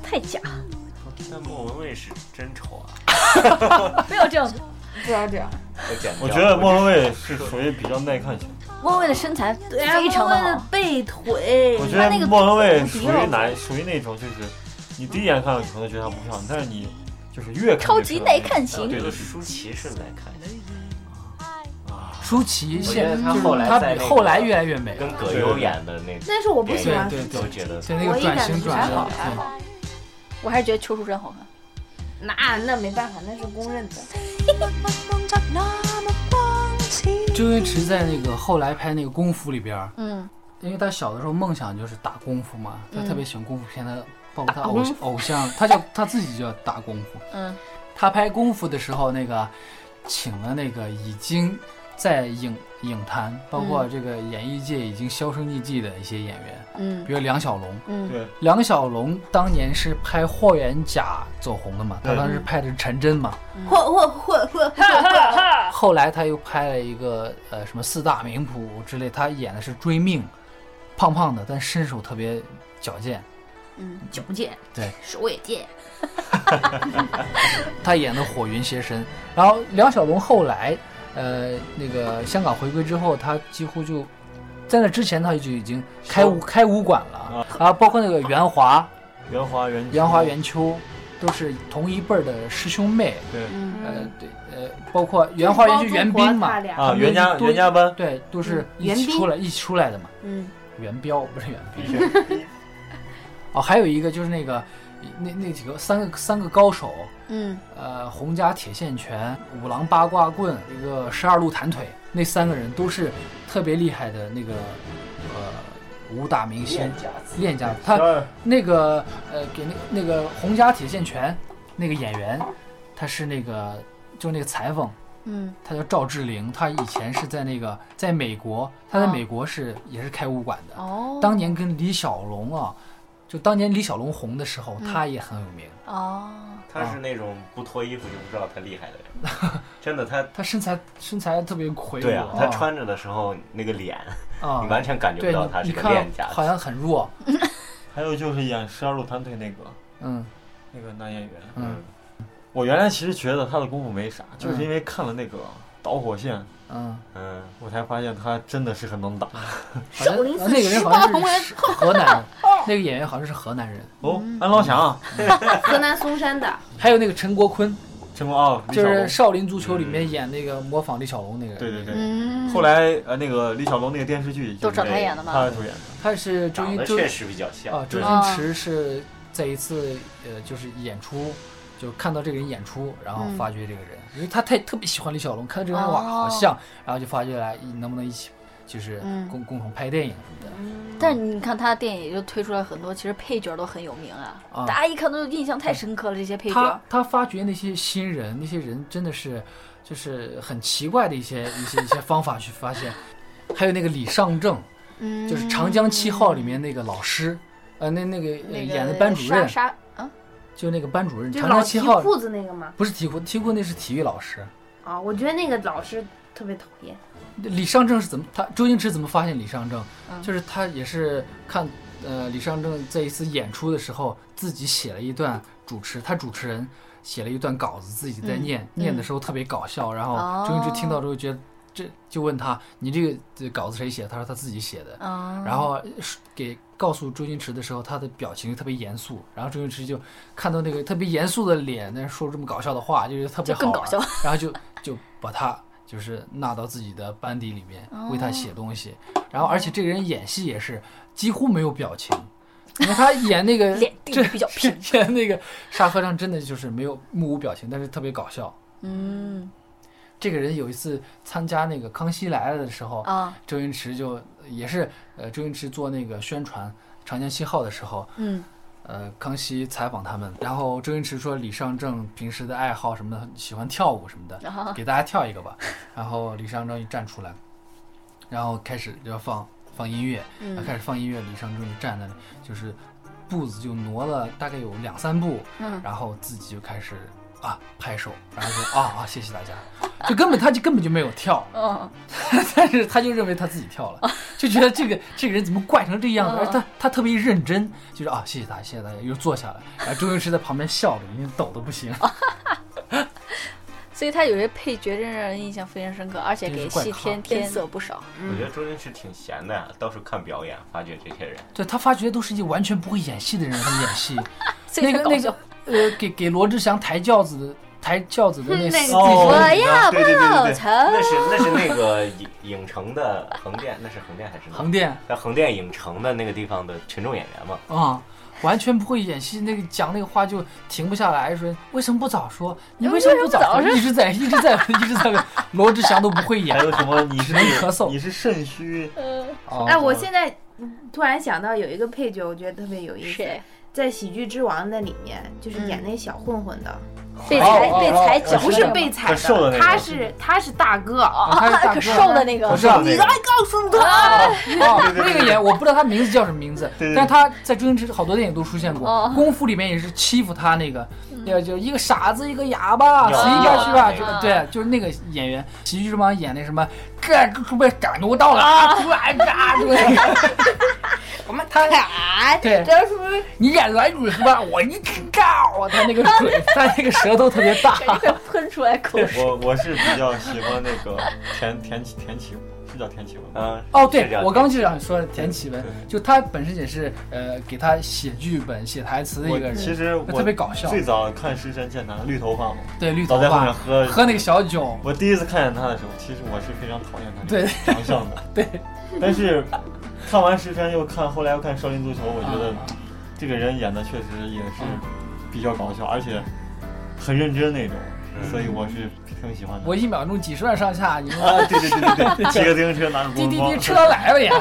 Speaker 3: 太假，
Speaker 2: 那莫文蔚是真丑啊！
Speaker 3: 不要这样子。
Speaker 6: 不要这样。
Speaker 2: 我剪不
Speaker 5: 我
Speaker 2: 掉
Speaker 5: 觉得莫文蔚是属于比较耐看型。
Speaker 3: 莫文蔚的身材非常啊的好，
Speaker 6: 背腿
Speaker 5: 我觉
Speaker 3: 他
Speaker 5: 得
Speaker 3: 那个
Speaker 5: 莫文蔚
Speaker 3: 肚皮
Speaker 5: 属
Speaker 3: 肉
Speaker 5: 于哪？属于那种就是，你第一眼看可能觉得她不漂亮，但是你就是越看
Speaker 3: 超
Speaker 5: 越
Speaker 3: 级
Speaker 5: 漂亮
Speaker 3: 耐看
Speaker 2: 我
Speaker 5: 对
Speaker 3: 型
Speaker 2: 觉得
Speaker 5: 对对，
Speaker 2: 舒淇是耐看的，
Speaker 7: 舒淇
Speaker 2: 我觉得
Speaker 7: 现
Speaker 2: 她
Speaker 7: 就是
Speaker 2: 后来
Speaker 7: 她
Speaker 2: 在
Speaker 7: 比
Speaker 2: 那
Speaker 7: 后来
Speaker 2: 个
Speaker 7: 越来越美，
Speaker 2: 跟葛优演的那
Speaker 6: 但是我不喜欢
Speaker 7: 对对
Speaker 2: 都觉得
Speaker 7: 对那
Speaker 6: 我
Speaker 7: 个
Speaker 6: 一
Speaker 7: 转
Speaker 6: 点都
Speaker 7: 型
Speaker 6: 不
Speaker 7: 转
Speaker 6: 还
Speaker 7: 型
Speaker 6: 好还
Speaker 7: 对。
Speaker 6: 好，
Speaker 3: 我还是觉得邱淑贞好看。
Speaker 6: 那啊那没办法，那是公认的。
Speaker 7: 周星驰在那个后来拍那个功夫里边儿，
Speaker 3: 嗯，
Speaker 7: 因为他小的时候梦想就是打功夫嘛，他
Speaker 3: 嗯
Speaker 7: 特别喜欢功夫片，他包括他偶偶像，他叫他自己叫打功夫。
Speaker 3: 嗯，
Speaker 7: (laughs) 他拍功夫的时候，那个请了那个已经在影影坛，包括这个演艺界已经销声匿迹的一些演员，
Speaker 3: 嗯 (laughs)
Speaker 7: 比如梁小龙。
Speaker 3: 嗯
Speaker 5: 对
Speaker 7: 梁小龙当年是拍《霍元甲》走红的嘛，他
Speaker 5: 对
Speaker 7: 当时拍的是陈真嘛，
Speaker 6: 嚯嚯
Speaker 3: 嗯
Speaker 6: 嚯嚯！
Speaker 7: 后来他又拍了一个呃什么四大名捕之类，他演的是追命，胖胖的，但身手特别矫健。
Speaker 3: 嗯，
Speaker 6: 矫健，
Speaker 7: 对，
Speaker 6: 手也贱。
Speaker 7: (laughs)
Speaker 6: (laughs)
Speaker 7: 他演的火云邪神。然后梁小龙后来，呃，那个香港回归之后，他几乎就在那之前他就已经开武开武馆了啊，包括那个袁华、
Speaker 5: 袁华袁
Speaker 7: 袁华袁秋，都是同一辈儿的师兄妹。
Speaker 5: 对
Speaker 6: 嗯
Speaker 7: 呃，对，呃，包括袁华袁秋袁冰嘛，
Speaker 5: 啊
Speaker 7: 他们
Speaker 5: 袁家
Speaker 7: 多
Speaker 5: 袁家班
Speaker 7: 对，都是
Speaker 6: 嗯
Speaker 7: 一
Speaker 6: 袁
Speaker 7: 起
Speaker 6: 冰
Speaker 7: 出来一起出来的嘛。
Speaker 3: 嗯，
Speaker 7: 元彪不是元 (laughs) 彪，哦，还有一个就是那个那那几个三个三个高手，
Speaker 3: 嗯，
Speaker 7: 呃，洪家铁线拳、五郎八卦棍、一个十二路弹腿，那三个人都是特别厉害的那个呃武打明星
Speaker 2: 练家子，
Speaker 7: 练家子。他
Speaker 5: 二
Speaker 7: 那个呃给那那个洪家铁线拳那个演员，他是那个就那个裁缝。
Speaker 3: 嗯，
Speaker 7: 他叫赵志凌，他以前是在那个在美国，他在美国是、也是开武馆
Speaker 3: (laughs)
Speaker 7: 的，
Speaker 3: 哦，
Speaker 7: 当年跟李小龙啊，就当年李小龙红的时候，他也很有名。
Speaker 3: 哦，
Speaker 2: 他是那种不脱衣服就不知道他厉害的人，
Speaker 7: 啊
Speaker 2: 真的他。
Speaker 7: 他身材身材特别魁梧，
Speaker 2: 对啊，他穿着的时候那个脸，
Speaker 7: 啊，
Speaker 2: 你完全感觉
Speaker 7: 对
Speaker 2: 不到他是
Speaker 7: 你你
Speaker 2: 个
Speaker 7: 看
Speaker 2: 练家
Speaker 7: 好
Speaker 2: 子。
Speaker 7: 像很弱，
Speaker 5: 还有就是演 (laughs) 十二路弹腿那个
Speaker 7: 嗯
Speaker 5: 那个男演员，
Speaker 7: 嗯，
Speaker 5: 我原来其实觉得他的功夫没啥，就是因为看了那个导火线，
Speaker 7: 嗯，
Speaker 2: 嗯，
Speaker 5: 我才发现他真的是很能打。
Speaker 7: 好像呃那个人好像是河南人，那个演员好像是河南人，
Speaker 5: 哦，安郎翔、
Speaker 6: 河南嵩山的，
Speaker 7: 还有那个陈国坤，
Speaker 5: 陈国傲、李
Speaker 7: 就
Speaker 5: 小
Speaker 7: 是
Speaker 5: 龙
Speaker 7: 《，少林足球》里
Speaker 2: 嗯
Speaker 7: 面演那个模仿李小龙那个人，
Speaker 5: 对对对。
Speaker 3: 嗯，
Speaker 5: 后来呃，那个李小龙那个电视剧
Speaker 3: 都找他演的
Speaker 5: 嘛，
Speaker 3: 吗
Speaker 5: 他主演的。
Speaker 7: 他是周
Speaker 2: 长
Speaker 7: 星
Speaker 2: 得
Speaker 7: 周
Speaker 2: 确实比较像
Speaker 7: 啊，周
Speaker 5: 对
Speaker 7: 星驰是在一次呃，就是演出，就看到这个人演出，然后发掘这个人，因为他太特别喜欢李小龙，看到这个人哇好
Speaker 3: 嗯哦
Speaker 7: 像，然后就发掘来能不能一起，就是
Speaker 3: 嗯
Speaker 7: 共共同拍电影什么
Speaker 3: 但是你看他的电影也就推出来很多，其实配角都很有名啊，
Speaker 7: 啊
Speaker 3: 大家一看都印象太深刻了。这些配
Speaker 7: 的。
Speaker 3: 角
Speaker 7: 他，他发掘那些新人，那些人真的是就是很奇怪的一些一些一些方法去发现，还有那个李尚正，
Speaker 3: 嗯，
Speaker 7: 就是《长江七号》里面那个老师，呃，那那个呃
Speaker 3: 那个
Speaker 7: 演的班主任，
Speaker 3: 沙沙啊，
Speaker 7: 就那个班主任，《
Speaker 6: 就是
Speaker 7: 长
Speaker 6: 老
Speaker 7: 江七
Speaker 6: 提
Speaker 7: 号》
Speaker 6: 裤子那个吗？
Speaker 7: 不是体库，体库那是体育老师。
Speaker 6: 啊，我觉得那个老师特别讨厌。
Speaker 7: 李尚正是怎么？他周星驰怎么发现李尚正？就是他也是看，呃，李尚正在一次演出的时候，自己写了一段主持，他主持人写了一段稿子，自己在念，念的时候特别搞笑，然后周星驰听到之后觉得。这就问他，你这个这稿子谁写的？他说他自己写的。
Speaker 3: 嗯
Speaker 7: 然
Speaker 3: 哦
Speaker 7: 后是给告诉周星驰的时候，他的表情特别严肃。然后周星驰就看到那个特别严肃的脸，但是说这么搞笑的话，就觉得特别
Speaker 3: 就更
Speaker 7: 好玩
Speaker 3: 搞笑
Speaker 7: 然后就就把他就是纳到自己的班底里面，为他写东西。
Speaker 3: 哦
Speaker 7: 然后而且这个人演戏也是几乎没有表情，因为他演那个 (laughs)
Speaker 3: 脸定
Speaker 7: 这
Speaker 3: 得比较平
Speaker 7: 演那个沙和尚真的就是没有目无表情，但是特别搞笑。
Speaker 3: (laughs) 嗯
Speaker 7: 这个人有一次参加那个《康熙来了》的时候，
Speaker 3: 啊
Speaker 7: 周星驰就也是呃，周星驰做那个宣传《长江七号》的时候，
Speaker 3: 嗯
Speaker 7: 呃，康熙采访他们，然后周星驰说李尚正平时的爱好什么的，喜欢跳舞什么的，给大家跳一个吧。然后李尚正一站出来，然后开始要放放音乐，然后开始放音乐，李尚正就站在那里，就是步子就挪了大概有两三步，然后自己就开始啊拍手，然后说啊啊谢谢大家， (laughs) 就根本他就根本就没有跳，
Speaker 3: 嗯，
Speaker 7: (laughs) 但是他就认为他自己跳了，就觉得这个这个人怎么怪成这样子？而他他特别认真，就是啊，谢谢大家，谢谢大家，又坐下来。然后周星驰在旁边笑的，已经抖的不行。
Speaker 3: 所以他有些配角真让人印象非常深刻，而且
Speaker 7: 真是
Speaker 3: 给
Speaker 7: 怪
Speaker 3: 戏
Speaker 7: 咖
Speaker 3: 添添色不少。
Speaker 2: 我觉得周星驰挺闲的呀，到处看表演，发掘这些人。
Speaker 7: 对他发觉都是一些完全不会演戏的人，他们演 (laughs) 戏。
Speaker 3: 所以
Speaker 7: 那
Speaker 3: 才
Speaker 7: 个
Speaker 3: 搞
Speaker 7: 那
Speaker 3: 笑
Speaker 7: 个。呃，给给罗志祥抬轿子的抬轿子嗯的那四
Speaker 6: 那
Speaker 5: 哦
Speaker 7: 那
Speaker 3: 我要
Speaker 2: 对对
Speaker 3: 报
Speaker 2: 对对对，
Speaker 3: 仇，
Speaker 2: 那是那是那个影 (laughs) 影城的横店，那是横店还是哪
Speaker 7: 横？店
Speaker 2: 在横店影城的那个地方的群众演员嘛，
Speaker 7: 啊。完全不会演戏，那个讲那个话就停不下来，说为什么不早说？你 (laughs) 为什么不早说？一直在一直在一直在问，罗志祥都不
Speaker 5: (laughs)
Speaker 7: 会演
Speaker 5: 还有什么？你是
Speaker 7: 能咳嗽
Speaker 5: 你是肾虚，
Speaker 7: 啊！
Speaker 6: 哎，我现在嗯突然想到有一个配角，我觉得特别有意思
Speaker 3: 谁，
Speaker 6: 在《喜剧之王》那里面，就是演那小混混的，
Speaker 3: 被
Speaker 5: 哦
Speaker 3: 踩
Speaker 5: 哦
Speaker 3: 被
Speaker 5: 哦
Speaker 3: 踩
Speaker 5: 哦
Speaker 3: 脚，
Speaker 6: 不是被踩
Speaker 5: 他瘦的那个
Speaker 6: 他是他是大哥，
Speaker 7: 啊他是大
Speaker 3: 可
Speaker 7: 哥
Speaker 3: 瘦的那个
Speaker 7: 我知道
Speaker 5: 你来
Speaker 7: (laughs) 哦，那个演我不知道他名字叫什么名字，
Speaker 5: 对对对
Speaker 7: 但是他在周星驰好多电影都出现过，
Speaker 3: 哦
Speaker 7: 功夫》里面也是欺负他那个，那个就一个傻子一个哑巴，死一下去吧，就对，就是那个演员，喜剧之王演那什么，这准备赶牛到了啊，突然嘎，对那 (laughs) 个，我们他对，啊这是你演软骨是吧？我一告，他那个 (laughs) 嘴，他那个舌头特别 (laughs) 大，
Speaker 3: 快 (laughs) 喷出来口水。
Speaker 5: 我我是比较喜欢那个田田启田启，是叫田启文吗？
Speaker 2: 嗯，
Speaker 7: 哦，
Speaker 2: 是
Speaker 7: 对
Speaker 2: 这，样
Speaker 7: 我刚
Speaker 2: 的
Speaker 7: 就想说田启文，就他本身也是呃给他写剧本、写台词的一
Speaker 5: 我
Speaker 7: 个人，
Speaker 5: 其实我
Speaker 7: 特别搞笑
Speaker 5: 最早看《食神健谈》绿头发嘛，
Speaker 7: 对绿头
Speaker 5: 老在后面
Speaker 7: 发，
Speaker 5: 喝
Speaker 7: 喝那个小酒，
Speaker 5: 我第一次看见他的时候，其实我是非常讨厌他这
Speaker 7: 对
Speaker 5: 个长相的，
Speaker 7: (laughs) 对，
Speaker 5: (laughs) 但是看完《食神》又看，后来又看《少林足球》，我觉得
Speaker 7: 啊
Speaker 5: 这个人演的确实也是
Speaker 7: 嗯
Speaker 5: 比较搞笑，而且很认真那种，所以我是挺喜欢他
Speaker 7: 嗯我
Speaker 5: 的。
Speaker 7: 一秒钟几十万上下，你
Speaker 5: (laughs)
Speaker 7: 们
Speaker 5: 啊，对对对对
Speaker 7: (laughs)
Speaker 5: 对，骑个自行车拿着
Speaker 7: 滴
Speaker 5: 棍
Speaker 7: 滴
Speaker 5: 棒
Speaker 7: 滴，车来了呀！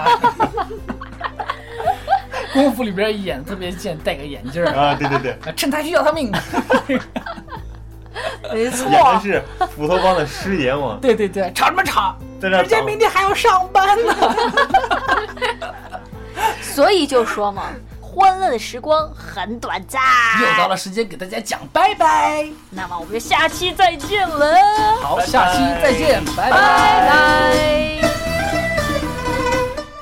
Speaker 7: 功夫里边演得特别贱，戴个眼镜儿，
Speaker 5: 啊，对对对，
Speaker 7: (laughs) 啊趁他需要他命。
Speaker 3: (laughs) 没错
Speaker 5: 演的是斧头帮的师爷嘛，
Speaker 7: 对对对，吵什么吵？
Speaker 5: 在那儿
Speaker 7: 人家
Speaker 5: 挡
Speaker 7: 明天还要上班呢。
Speaker 5: 啊
Speaker 3: 所以就说嘛，欢乐的时光很短暂。
Speaker 7: 又到了时间给大家讲拜拜，
Speaker 3: 那么我们就下期再见了，
Speaker 7: 好，下期再见，
Speaker 3: 拜
Speaker 7: 拜拜。
Speaker 3: 拜。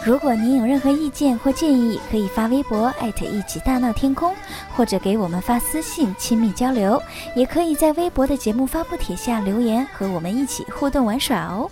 Speaker 10: 如果您有任何意见或建议，可以发微博一起大闹天空，或者给我们发私信亲密交流，也可以在微博的节目发布帖下留言，和我们一起互动玩耍哦。